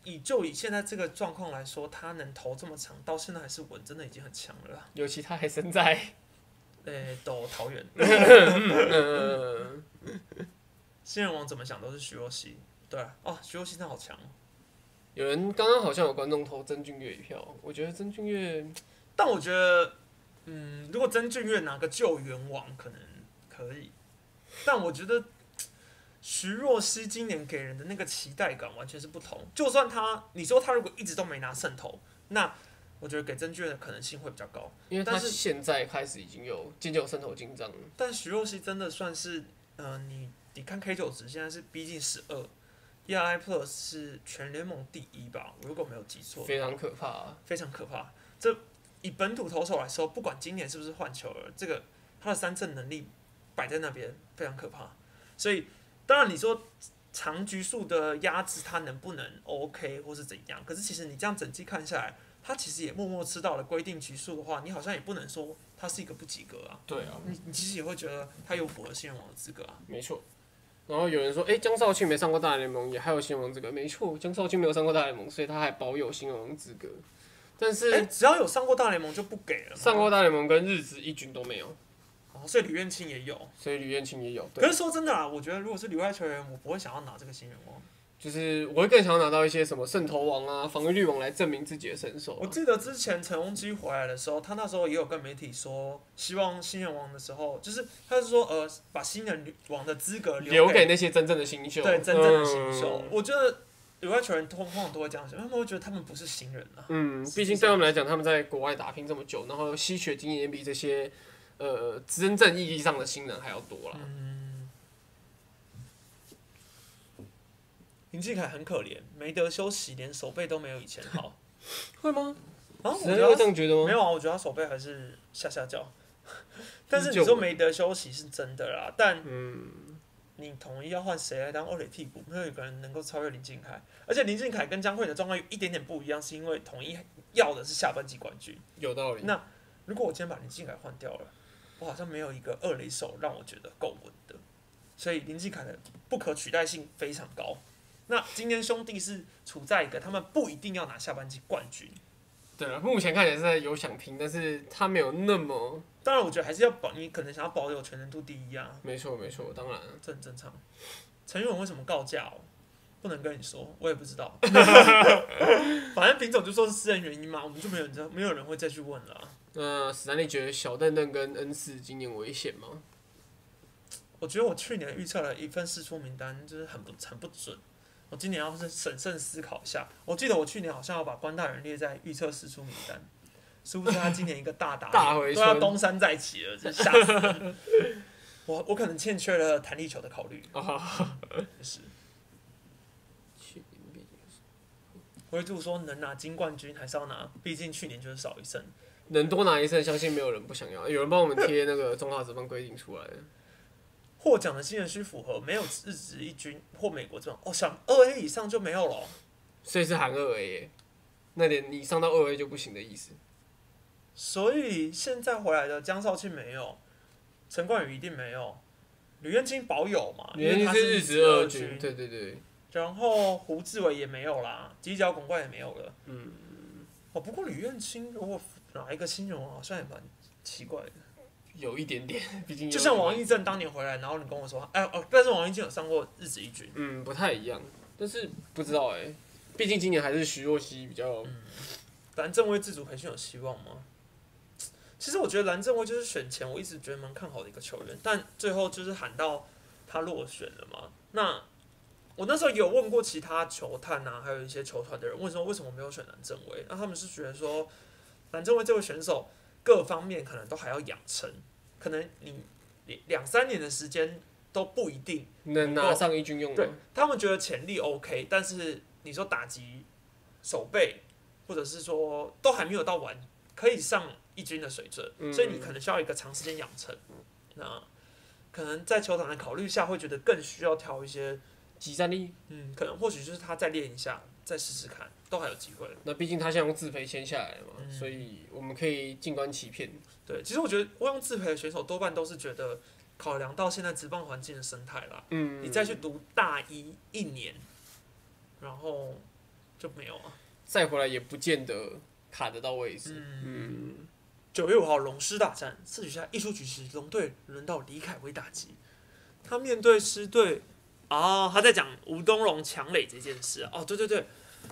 Speaker 1: 以就以现在这个状况来说，他能投这么长，到现在还是稳，真的已经很强了啦。
Speaker 2: 尤其他还身在
Speaker 1: 呃诶、都桃园，
Speaker 2: 嗯，
Speaker 1: 新人王怎么想都是徐若曦，对啊，哦，徐若曦真的好强哦。
Speaker 2: 有人刚刚好像有观众投曾俊乐一票，我觉得曾俊乐
Speaker 1: 但我觉得，嗯，如果曾俊岳拿个救援王，可能可以。但我觉得徐若曦今年给人的那个期待感完全是不同。就算他，你说他如果一直都没拿胜投，那我觉得给曾俊岳的可能性会比较高。
Speaker 2: 因为他
Speaker 1: 但是
Speaker 2: 现在开始已经有渐渐有伸头进账了，
Speaker 1: 但徐若曦真的算是，呃，你你看 K 九值现在是逼近十二，ERI Plus 是全联盟第一吧？我如果没有记错，
Speaker 2: 非常可怕啊、
Speaker 1: 非常可怕。这以本土投手来说，不管今年是不是换球儿，这个他的三振能力摆在那边非常可怕。所以当然你说长局数的压制他能不能 OK 或是怎样，可是其实你这样整季看下来，他其实也默默吃到了规定局数的话，你好像也不能说他是一个不及格啊。
Speaker 2: 对啊，
Speaker 1: 你你其实也会觉得他有符合新人王的资格啊。
Speaker 2: 没错。然后有人说，哎、江少庆没上过大联盟，也还有新人王资格。没错，江少庆没有上过大联盟，所以他还保有新人王资格。但
Speaker 1: 哎、
Speaker 2: 是
Speaker 1: 只要有上过大联盟就不给了嘛。
Speaker 2: 上过大联盟跟日职一军都没有，
Speaker 1: 哦，所以吕彦青也有。
Speaker 2: 所以吕彦青也有。
Speaker 1: 可
Speaker 2: 对，
Speaker 1: 是说真的啦，我觉得如果是旅外球员，我不会想要拿这个新人王。
Speaker 2: 就是我会更想要拿到一些什么胜投王啊、防御率王来证明自己的身手啊、
Speaker 1: 我记得之前陈宏基回来的时候，他那时候也有跟媒体说，希望新人王的时候，就是他是说呃，把新人王的资格
Speaker 2: 留
Speaker 1: 给
Speaker 2: 给那些真正的新秀，
Speaker 1: 对真正的新秀。
Speaker 2: 嗯
Speaker 1: 我觉得有外球员通常都会这样想，他们会觉得他们不是新人啊。
Speaker 2: 嗯，毕竟对他们来讲，他们在国外打拼这么久，然后吸取的经验比这些呃真正意义上的新人还要多啦。
Speaker 1: 林敬凯很可怜，没得休息，连手背都没有以前 好。
Speaker 2: 会吗？
Speaker 1: 啊，我
Speaker 2: 谁
Speaker 1: 觉得
Speaker 2: 会这
Speaker 1: 他
Speaker 2: 样觉得吗
Speaker 1: 没？有啊，我觉得他手背还是下下叫。 但是
Speaker 2: 就
Speaker 1: 你
Speaker 2: 我
Speaker 1: 说没得休息是真的啦，但
Speaker 2: 嗯，
Speaker 1: 你同意要换谁来当二垒替补？没有一个人能够超越林敬凯。而且林敬凯跟江惠的状况有一点点不一样，是因为统一要的是下半季冠军。
Speaker 2: 有道理。
Speaker 1: 那如果我今天把林敬凯换掉了，我好像没有一个二垒手让我觉得够稳的，所以林敬凯的不可取代性非常高。那今天兄弟是处在一个他们不一定要拿下半季冠军，
Speaker 2: 对了，目前看起来是在有想拼，但是他没有那么
Speaker 1: 当然我觉得还是要保，你可能想要保有全能度第一啊，
Speaker 2: 没错没错，当然
Speaker 1: 这很正常。陈玉文为什么告假哦？不能跟你说，我也不知道。 反正丙总就说是私人原因嘛，我们就没有人知道，没有人会再去问了啊、
Speaker 2: 那史丹利觉得小邓邓跟恩赐今年危险吗？
Speaker 1: 我觉得我去年预测了一份试出名单，就是很不很不准。我今年要是审慎思考一下，我记得我去年好像要把关大人列在预测试出名单，殊不知他今年一个大打
Speaker 2: 大回
Speaker 1: 都
Speaker 2: 春
Speaker 1: 要东山再起了，真吓死人！我我可能欠缺了弹力球的考虑，
Speaker 2: 啊，
Speaker 1: 就是我会就说能拿金冠军还是要拿，毕竟去年就是少一胜。
Speaker 2: 能多拿一胜，相信没有人不想要。欸有人帮我们贴那个中华职棒规定出来的，
Speaker 1: 获奖的新人需符合没有日职一军或美国这种哦，想二 A 以上就没有了哦。
Speaker 2: 所以是含二 A，耶那点你上到二 A 就不行的意思。
Speaker 1: 所以现在回来的江少庆没有，陈冠宇一定没有，吕彦青保有嘛，因为
Speaker 2: 啊原因
Speaker 1: 他
Speaker 2: 是
Speaker 1: 日
Speaker 2: 日职二军，对对对，
Speaker 1: 然后胡志伟也没有啦，犄角拱冠也没有了。
Speaker 2: 嗯，
Speaker 1: 哦，不过吕彦青如果拿一个新人王，好像也蛮奇怪的。
Speaker 2: 有一点 点，毕竟有
Speaker 1: 就像王义正当年回来，然后你跟我说，哎哦，但是王义正有上过日职一军。
Speaker 2: 嗯不太一样，但是不知道哎、毕竟今年还是徐若曦比较
Speaker 1: 蓝正威自主培训有希望吗？其实我觉得蓝正威就是选前我一直觉得蛮看好的一个球员，但最后就是喊到他落选了嘛。那我那时候有问过其他球探啊，还有一些球团的人，问说为什么没有选蓝正威？那他们是觉得说蓝正威这位选手各方面可能都还要养成，可能你你两三年的时间都不一定
Speaker 2: 能拿上一军用
Speaker 1: 对
Speaker 2: 的。
Speaker 1: 他们觉得潜力 OK，但是你说打击、手背，或者是说都还没有到完可以上一军的水准，
Speaker 2: 嗯
Speaker 1: 所以你可能需要一个长时间养成。那可能在球场的考虑下，会觉得更需要挑一些，
Speaker 2: 集战力。
Speaker 1: 嗯，可能或许就是他再练一下，再试试看，都还有机会。
Speaker 2: 那毕竟他现在用自培签下来嘛，
Speaker 1: 嗯
Speaker 2: 所以我们可以静观其变。
Speaker 1: 对，其实我觉得我用自培的选手多半都是觉得考量到现在职棒环境的生态啦，
Speaker 2: 嗯
Speaker 1: 你再去读大一一年，然后就没有了。
Speaker 2: 再回来也不见得卡得到位置。嗯，
Speaker 1: 九月五号龙狮大战，四局下艺术局时，龙队轮到李凯威打击。他面对狮队，哦，他在讲吴东龙强垒这件事啊。哦，对对对，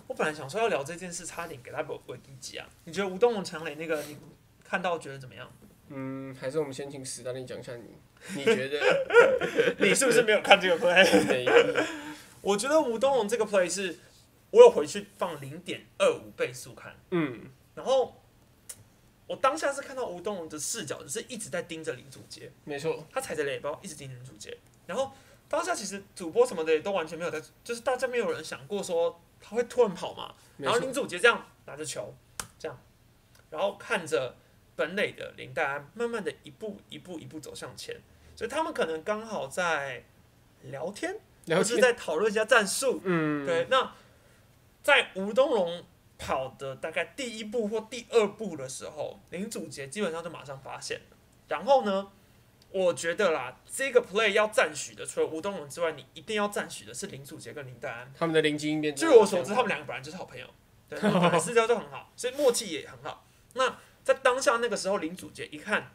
Speaker 1: 我本来想说要聊这件事，差点给他尾一集啊。你觉得吴东龙强垒那个，你看到觉得怎么样？
Speaker 2: 嗯，还是我们先请史丹利讲一下 你，你觉得
Speaker 1: 你是不是没有看这个 play？
Speaker 2: 每一
Speaker 1: 我觉得吴东龙这个 play 是，我有回去放零点二五倍速看，
Speaker 2: 嗯
Speaker 1: 然后我当下是看到吴东龙的视角，就是一直在盯着林祖杰，
Speaker 2: 没错，
Speaker 1: 他踩着垒包一直盯着林祖杰，然后当下其实主播什么的也都完全没有在，就是大家没有人想过说他会突然跑嘛，
Speaker 2: 没
Speaker 1: 然后
Speaker 2: 错，
Speaker 1: 林祖杰这样拿着球，这样，然后看着本垒的林黛安慢慢的一步一步一步走向前，所以他们可能刚好在聊天，
Speaker 2: 了
Speaker 1: 或是
Speaker 2: 解，
Speaker 1: 在讨论一下战术。
Speaker 2: 嗯，
Speaker 1: 对，那在吴东龙跑的大概第一步或第二步的时候，林祖杰基本上就马上发现了。然后呢，我觉得啦，这个 play 要赞许的，除了吴东龙之外，你一定要赞许的是林祖杰跟林黛安。
Speaker 2: 他们的灵机应变，
Speaker 1: 据我所知，他们两个本来就是好朋友，对，他们本来私交就很好，所以默契也很好。那在当下那个时候，林祖杰一看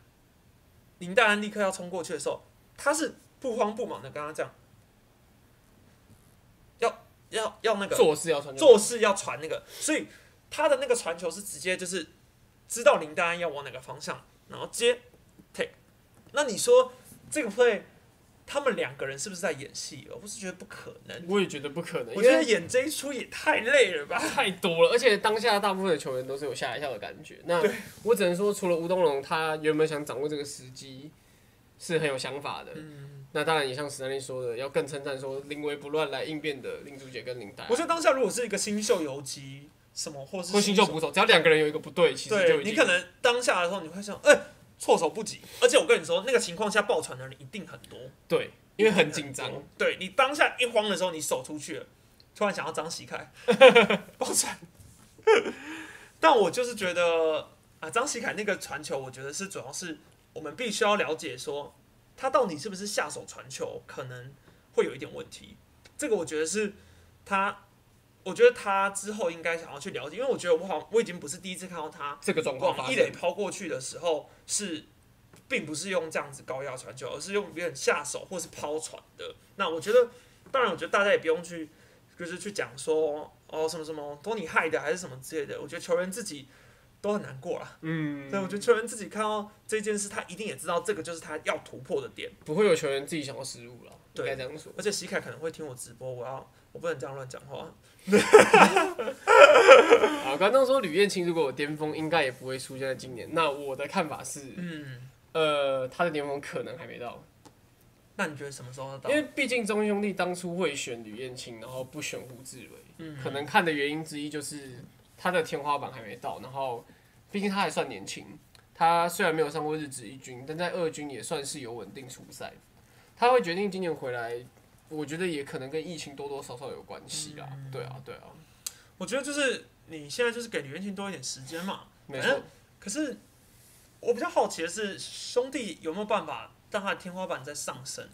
Speaker 1: 林黛安立刻要冲过去的时候，他是不慌不忙的跟他这样，要要要那个
Speaker 2: 做事要传就
Speaker 1: 做事要传那个，所以他的那个传球是直接就是知道林丹安要往哪个方向，然后接 take。那你说这个 play，他们两个人是不是在演戏？我是觉得不可能，
Speaker 2: 我也觉得不可能，
Speaker 1: 我
Speaker 2: 因
Speaker 1: 觉得
Speaker 2: 为
Speaker 1: 演这一出也太累了吧。
Speaker 2: 太多了，而且当下大部分的球员都是有吓一跳的感觉。那我只能说，除了吴东龙，他原本想掌握这个时机是很有想法的。
Speaker 1: 嗯
Speaker 2: 那当然也像史丹利说的，要更称赞说临危不乱来应变的林竹姐跟林丹，
Speaker 1: 我觉得当下如果是一个新秀游击什么，或是
Speaker 2: 哎或新秀捕手，只要两个人有一个不对，其实就
Speaker 1: 对
Speaker 2: 已经
Speaker 1: 你可能当下的时候你会想，哎、措手不及。而且我跟你说，那个情况下爆传的人一定很多。
Speaker 2: 对，因为很紧张，
Speaker 1: 对你当下一慌的时候，你手出去了，突然想要张喜凯， 爆传。 但我就是觉得啊，张喜凯那个传球，我觉得是主要是我们必须要了解说，他到底是不是下手传球可能会有一点问题。这个我觉得是他，我觉得他之后应该想要去了解，因为我觉得我好像我已经不是第一次看到他
Speaker 2: 这个状况发
Speaker 1: 往一垒
Speaker 2: 生。
Speaker 1: 抛过去的时候是，并不是用这样子高压传球，而是用有点下手或是抛传的。那我觉得，当然，我觉得大家也不用去，就是去讲说哦什么什么都你害的还是什么之类的。我觉得球员自己都很难过啦。
Speaker 2: 嗯，
Speaker 1: 对，我觉得球员自己看到这件事，他一定也知道这个就是他要突破的点。
Speaker 2: 不会有球员自己想要失误了，应
Speaker 1: 对
Speaker 2: 该这样说。
Speaker 1: 而且喜凯可能会听我直播，我要我不能这样乱讲话。
Speaker 2: 啊，刚刚说吕彦青如果有巅峰，应该也不会出现在今年。那我的看法是，
Speaker 1: 嗯，
Speaker 2: 呃，他的巅峰可能还没到。
Speaker 1: 那你觉得什么时候到
Speaker 2: 因？为毕竟中兄弟当初会选吕燕青，然后不选胡志伟，
Speaker 1: 嗯
Speaker 2: 可能看的原因之一就是他的天花板还没到，然后毕竟他还算年轻，他虽然没有上过日职一军，但在二军也算是有稳定出赛，他会决定今年回来，我觉得也可能跟疫情多多少少有关系啦，
Speaker 1: 嗯
Speaker 2: 对啊，对啊，
Speaker 1: 我觉得就是你现在就是给李元庆多一点时间嘛。
Speaker 2: 没错，
Speaker 1: 可是我比较好奇的是，兄弟有没有办法让他的天花板再上升？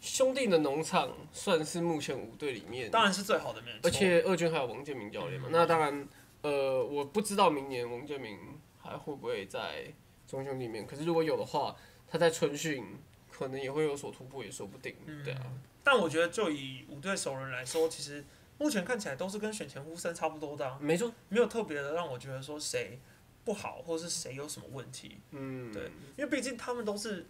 Speaker 2: 兄弟的农场算是目前五队里面
Speaker 1: 当然是最好的，没有错。嗯
Speaker 2: 而且二军还有王建民教练嘛，那当然，呃，我不知道明年王建民还会不会在中兄弟里面，可是如果有的话，他在春训可能也会有所突破，也说不定。
Speaker 1: 嗯
Speaker 2: 对啊，
Speaker 1: 但我觉得就以五队熟人来说，其实目前看起来都是跟选前呼声差不多的、啊，
Speaker 2: 没错，
Speaker 1: 没有特别的让我觉得说谁不好，或是谁有什么问题。
Speaker 2: 嗯，
Speaker 1: 对因为毕竟他们都是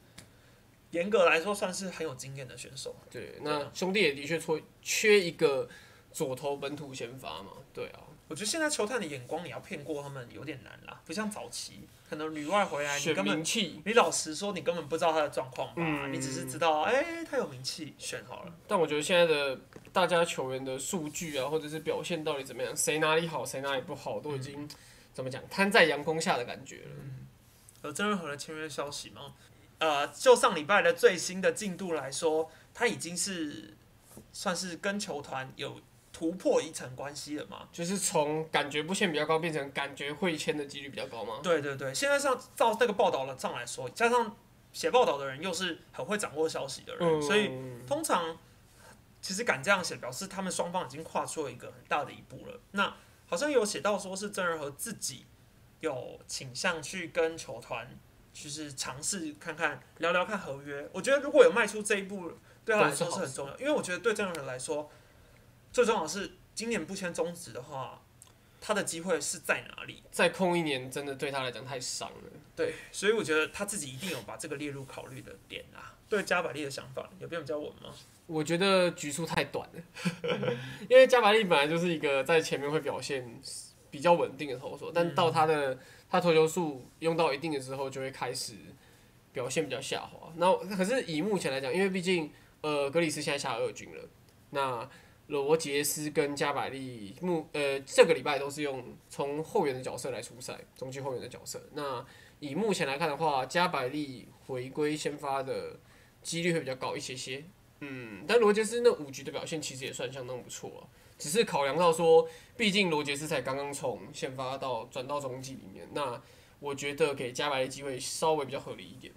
Speaker 1: 严格来说算是很有经验的选手。
Speaker 2: 对，
Speaker 1: 啊
Speaker 2: 那兄弟也的确缺缺一个左投本土先发嘛，对啊，
Speaker 1: 我觉得现在球探的眼光你要骗过他们有点难啦，不像早期可能旅外回来你
Speaker 2: 选
Speaker 1: 根本
Speaker 2: 名气，
Speaker 1: 你老实说，你根本不知道他的状况吧？
Speaker 2: 嗯
Speaker 1: 啊你只是知道，哎、他有名气，选好了。
Speaker 2: 但我觉得现在的大家球员的数据啊，或者是表现到底怎么样，谁哪里好，谁哪里不好，都已
Speaker 1: 嗯
Speaker 2: 经怎么讲，摊在阳光下的感觉了。
Speaker 1: 有曾仁和的签约消息吗？呃，就上礼拜的最新的进度来说，他已经是算是跟球团有突破一层关系了嘛？
Speaker 2: 就是从感觉不签比较高变成感觉会签的几率比较高吗？
Speaker 1: 对对对，现在上照那个报道的上来说，加上写报道的人又是很会掌握消息的人，
Speaker 2: 嗯，
Speaker 1: 所以通常其实敢这样写，表示他们双方已经跨出了一个很大的一步了。那好像有写到说是郑仁和自己有倾向去跟球团，就是尝试看看聊聊看合约。我觉得如果有迈出这一步对他来
Speaker 2: 都是
Speaker 1: 说是
Speaker 2: 好
Speaker 1: 很
Speaker 2: 事
Speaker 1: 重要，因为我觉得对这样的人来说，最重要的是今年不签中止的话，他的机会是在哪里？
Speaker 2: 再空一年真的对他来讲太伤了。
Speaker 1: 对，所以我觉得他自己一定有把这个列入考虑的点啊。对加百利的想法有变比较稳吗？
Speaker 2: 我觉得局数太短了， 因为加百利本来就是一个在前面会表现比较稳定的投手，但到他的他投球数用到一定的时候，就会开始表现比较下滑。那可是以目前来讲，因为毕竟呃格里斯现在下二军了，那罗杰斯跟加百利目呃这个礼拜都是用从后援的角色来出赛，中继后援的角色。那以目前来看的话，加百利回归先发的几率会比较高一些些。嗯，但罗杰斯那五局的表现其实也算相当不错了、只是考量到说，毕竟罗杰斯才刚刚从先发到转到中继里面，那我觉得给加百利机会稍微比较合理一点，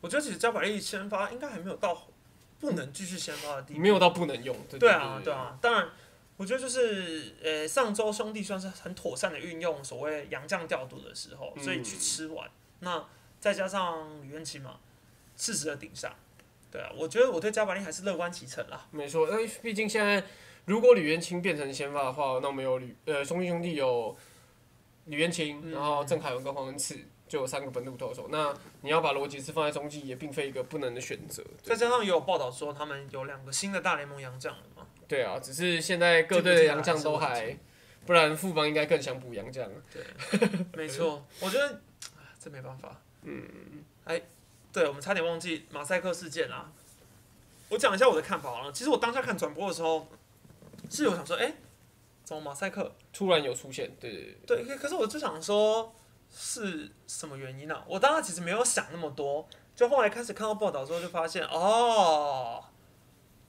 Speaker 1: 我觉得其实加百利先发应该还没有到不能继续先发啊的地步。
Speaker 2: 没有到不能用。嗯对
Speaker 1: 对
Speaker 2: 对
Speaker 1: 啊，对，啊，当然，我觉得就是呃，上周兄弟算是很妥善的运用所谓洋将调度的时候，所以
Speaker 2: 嗯
Speaker 1: 去吃完。那再加上吕彦奇嘛，适时的顶上。对啊，我觉得我对加百利还是乐观其成啦。
Speaker 2: 没错。那毕竟现在如果吕元清变成先发的话，那我们有吕呃中信兄弟有吕元
Speaker 1: 嗯
Speaker 2: 清，然后郑凯文跟黄文赐。就有三个本土投手，那你要把罗杰斯放在中继也并非一个不能的选择。
Speaker 1: 再加上也有报道说他们有两个新的大联盟洋将了嘛，
Speaker 2: 对啊，只是现在各队的洋将都
Speaker 1: 进不进来
Speaker 2: 还，不然富邦应该更想补洋将。
Speaker 1: 没错，我觉得唉这没办法。嗯，哎，对，我们差点忘记马赛克事件啊。我讲一下我的看法好了。其实我当下看转播的时候，是有想说，哎、怎么马赛克？
Speaker 2: 突然有出现，对对对，
Speaker 1: 对，可可是我就想说，是什么原因呢、啊？我当时其实没有想那么多，就后来开始看到报道之后，就发现哦，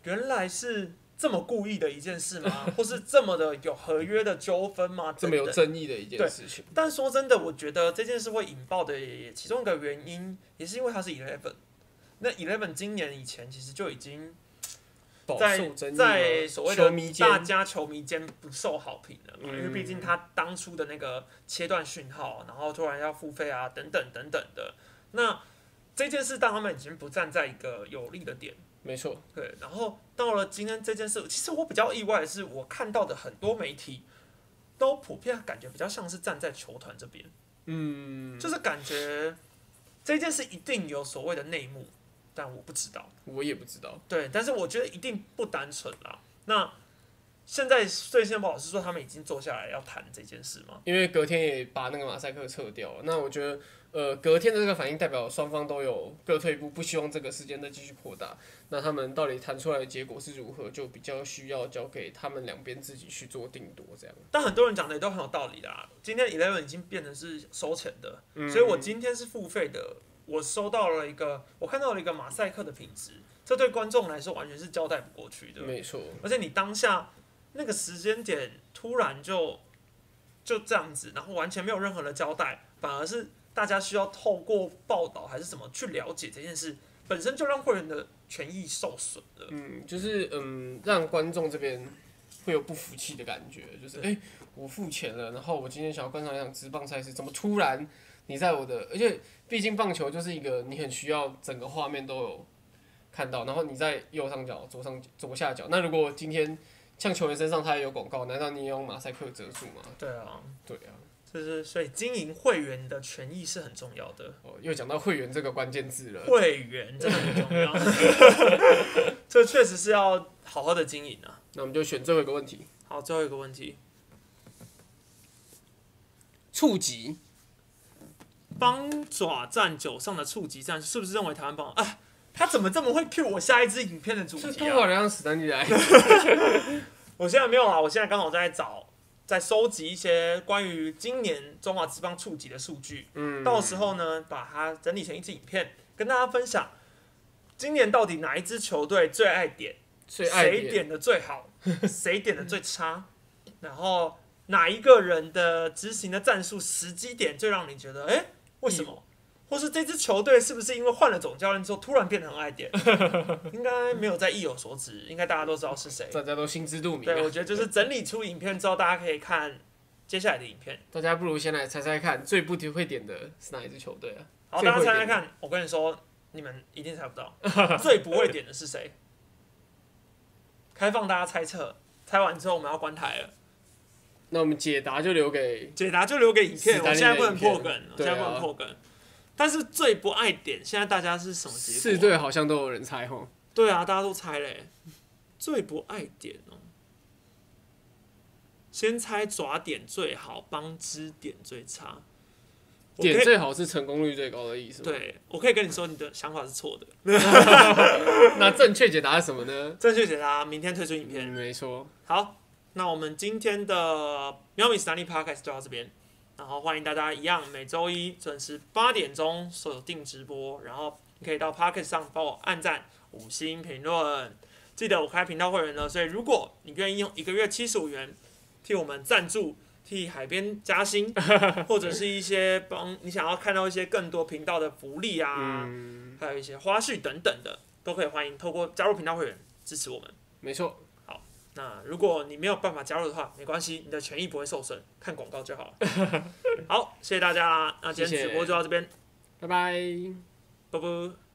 Speaker 1: 原来是这么故意的一件事吗？或是这么的有合约的纠纷吗？
Speaker 2: 这么有
Speaker 1: 等等
Speaker 2: 争议的一件事情，
Speaker 1: 但说真的，我觉得这件事会引爆的其中一个原因，也是因为它是 Eleven。那 Eleven 今年以前其实就已经
Speaker 2: 饱
Speaker 1: 在
Speaker 2: 受争议
Speaker 1: 在
Speaker 2: 啊，
Speaker 1: 所谓
Speaker 2: 球
Speaker 1: 的
Speaker 2: 迷间
Speaker 1: 大家球迷间不受好评了嘛，
Speaker 2: 嗯
Speaker 1: 因为毕竟他当初的那个切断讯号，然后突然要付费啊，等等等等的。那这件事让他们已经不站在一个有利的点。
Speaker 2: 没错，
Speaker 1: 对，然后到了今天这件事，其实我比较意外的是，我看到的很多媒体都普遍感觉比较像是站在球团这边。
Speaker 2: 嗯，
Speaker 1: 就是感觉这件事一定有所谓的内幕，但我不知道。
Speaker 2: 我也不知道，
Speaker 1: 对，但是我觉得一定不单纯啦。那现在最先不好是说他们已经坐下来要谈这件事吗？
Speaker 2: 因为隔天也把那个马赛克撤掉了，那我觉得，呃，隔天的这个反应代表双方都有各退一步，不希望这个事件再继续扩大，那他们到底谈出来的结果是如何，就比较需要交给他们两边自己去做定夺，这样，
Speaker 1: 但很多人讲的也都很有道理啦。今天 Eleven 已经变成是收钱的，嗯
Speaker 2: 嗯
Speaker 1: 所以我今天是付费的，我收到了一个，我看到了一个马赛克的品质，这对观众来说完全是交代不过去的。
Speaker 2: 没错，
Speaker 1: 而且你当下那个时间点突然就就这样子，然后完全没有任何的交代，反而是大家需要透过报道还是什么去了解这件事，本身就让会员的权益受损了。
Speaker 2: 嗯，就是嗯，让观众这边会有不服气的感觉，就是哎、诶我付钱了，然后我今天想要观赏一场职棒赛事，怎么突然你在我的，而且毕竟棒球就是一个你很需要整个画面都有看到，然后你在右上角、左上左下角，那如果今天像球员身上他也有广告，难道你也用马赛克遮住吗？
Speaker 1: 对啊，
Speaker 2: 对啊，
Speaker 1: 就是所以经营会员的权益是很重要的。
Speaker 2: 哦，又讲到会员这个关键字了，
Speaker 1: 会员真的很重要， 这确实是要好好的经营啊。
Speaker 2: 那我们就选最后一个问题，
Speaker 1: 好，最后一个问题，
Speaker 2: 触及
Speaker 1: 帮爪战九上的触及战是不是认为台湾帮啊？他怎么这么会 cue 我下一支影片的主
Speaker 2: 这
Speaker 1: 题
Speaker 2: 多
Speaker 1: 啊？
Speaker 2: 少人让史丹利来？
Speaker 1: 我现在没有啊啦，我现在刚好在找，在收集一些关于今年中华之邦触及的数据。
Speaker 2: 嗯，
Speaker 1: 到时候呢，把它整理成一支影片，跟大家分享。今年到底哪一支球队最爱点？
Speaker 2: 最爱
Speaker 1: 谁点的最 好？谁点的最差？然后哪一个人的执行的战术时机点最让你觉得，哎、为什
Speaker 2: 嗯
Speaker 1: 么？或是这支球队是不是因为换了总教练之后突然变得很爱点？应该没有在意有所指，应该大家都知道是谁。
Speaker 2: 大家都心知肚明、啊。
Speaker 1: 对，我觉得就是整理出影片之后，大家可以看接下来的影片。
Speaker 2: 大家不如先来猜猜看，最不会点的是哪一支球队啊？
Speaker 1: 好，
Speaker 2: 最
Speaker 1: 大家
Speaker 2: 后一
Speaker 1: 猜猜
Speaker 2: 点
Speaker 1: 看，我跟你说，你们一定猜不到，最不会点的是谁？开放大家猜测，猜完之后我们要关台了。
Speaker 2: 那我们解答就留给
Speaker 1: 解答就留给影片，
Speaker 2: 史
Speaker 1: 我
Speaker 2: 丹
Speaker 1: 现在
Speaker 2: 利的
Speaker 1: 不能
Speaker 2: 影片
Speaker 1: 破梗，我现
Speaker 2: 对
Speaker 1: 在
Speaker 2: 啊
Speaker 1: 不能破梗。但是最不爱点，现在大家是什么结果？啊
Speaker 2: 四队，好像都有人猜吼。
Speaker 1: 对啊，大家都猜嘞。最不爱点哦，先猜爪点最好，帮支点最差。我可以
Speaker 2: 点最好是成功率最高的意思。，
Speaker 1: 对，我可以跟你说，你的想法是错的。
Speaker 2: 那正确解答是什么呢？
Speaker 1: 正确解答，明天推出影片。
Speaker 2: 嗯，没错，
Speaker 1: 好，那我们今天的喵米史丹利 Podcast 就到这边，然后欢迎大家一样每周一准时八点钟锁定直播，然后你可以到 Podcast 上帮我按赞、五星评论。记得我开频道会员了，所以如果你愿意用一个月七十五元替我们赞助。替海边加薪，或者是一些帮你想要看到一些更多频道的福利啊，
Speaker 2: 嗯，
Speaker 1: 还有一些花絮等等的，都可以欢迎透过加入频道会员支持我们。
Speaker 2: 没错，
Speaker 1: 那如果你没有办法加入的话，没关系，你的权益不会受损，看广告就 好了。好，谢谢大家啦，那今天
Speaker 2: 谢谢
Speaker 1: 直播就到这边，
Speaker 2: 拜拜。
Speaker 1: 啵啵。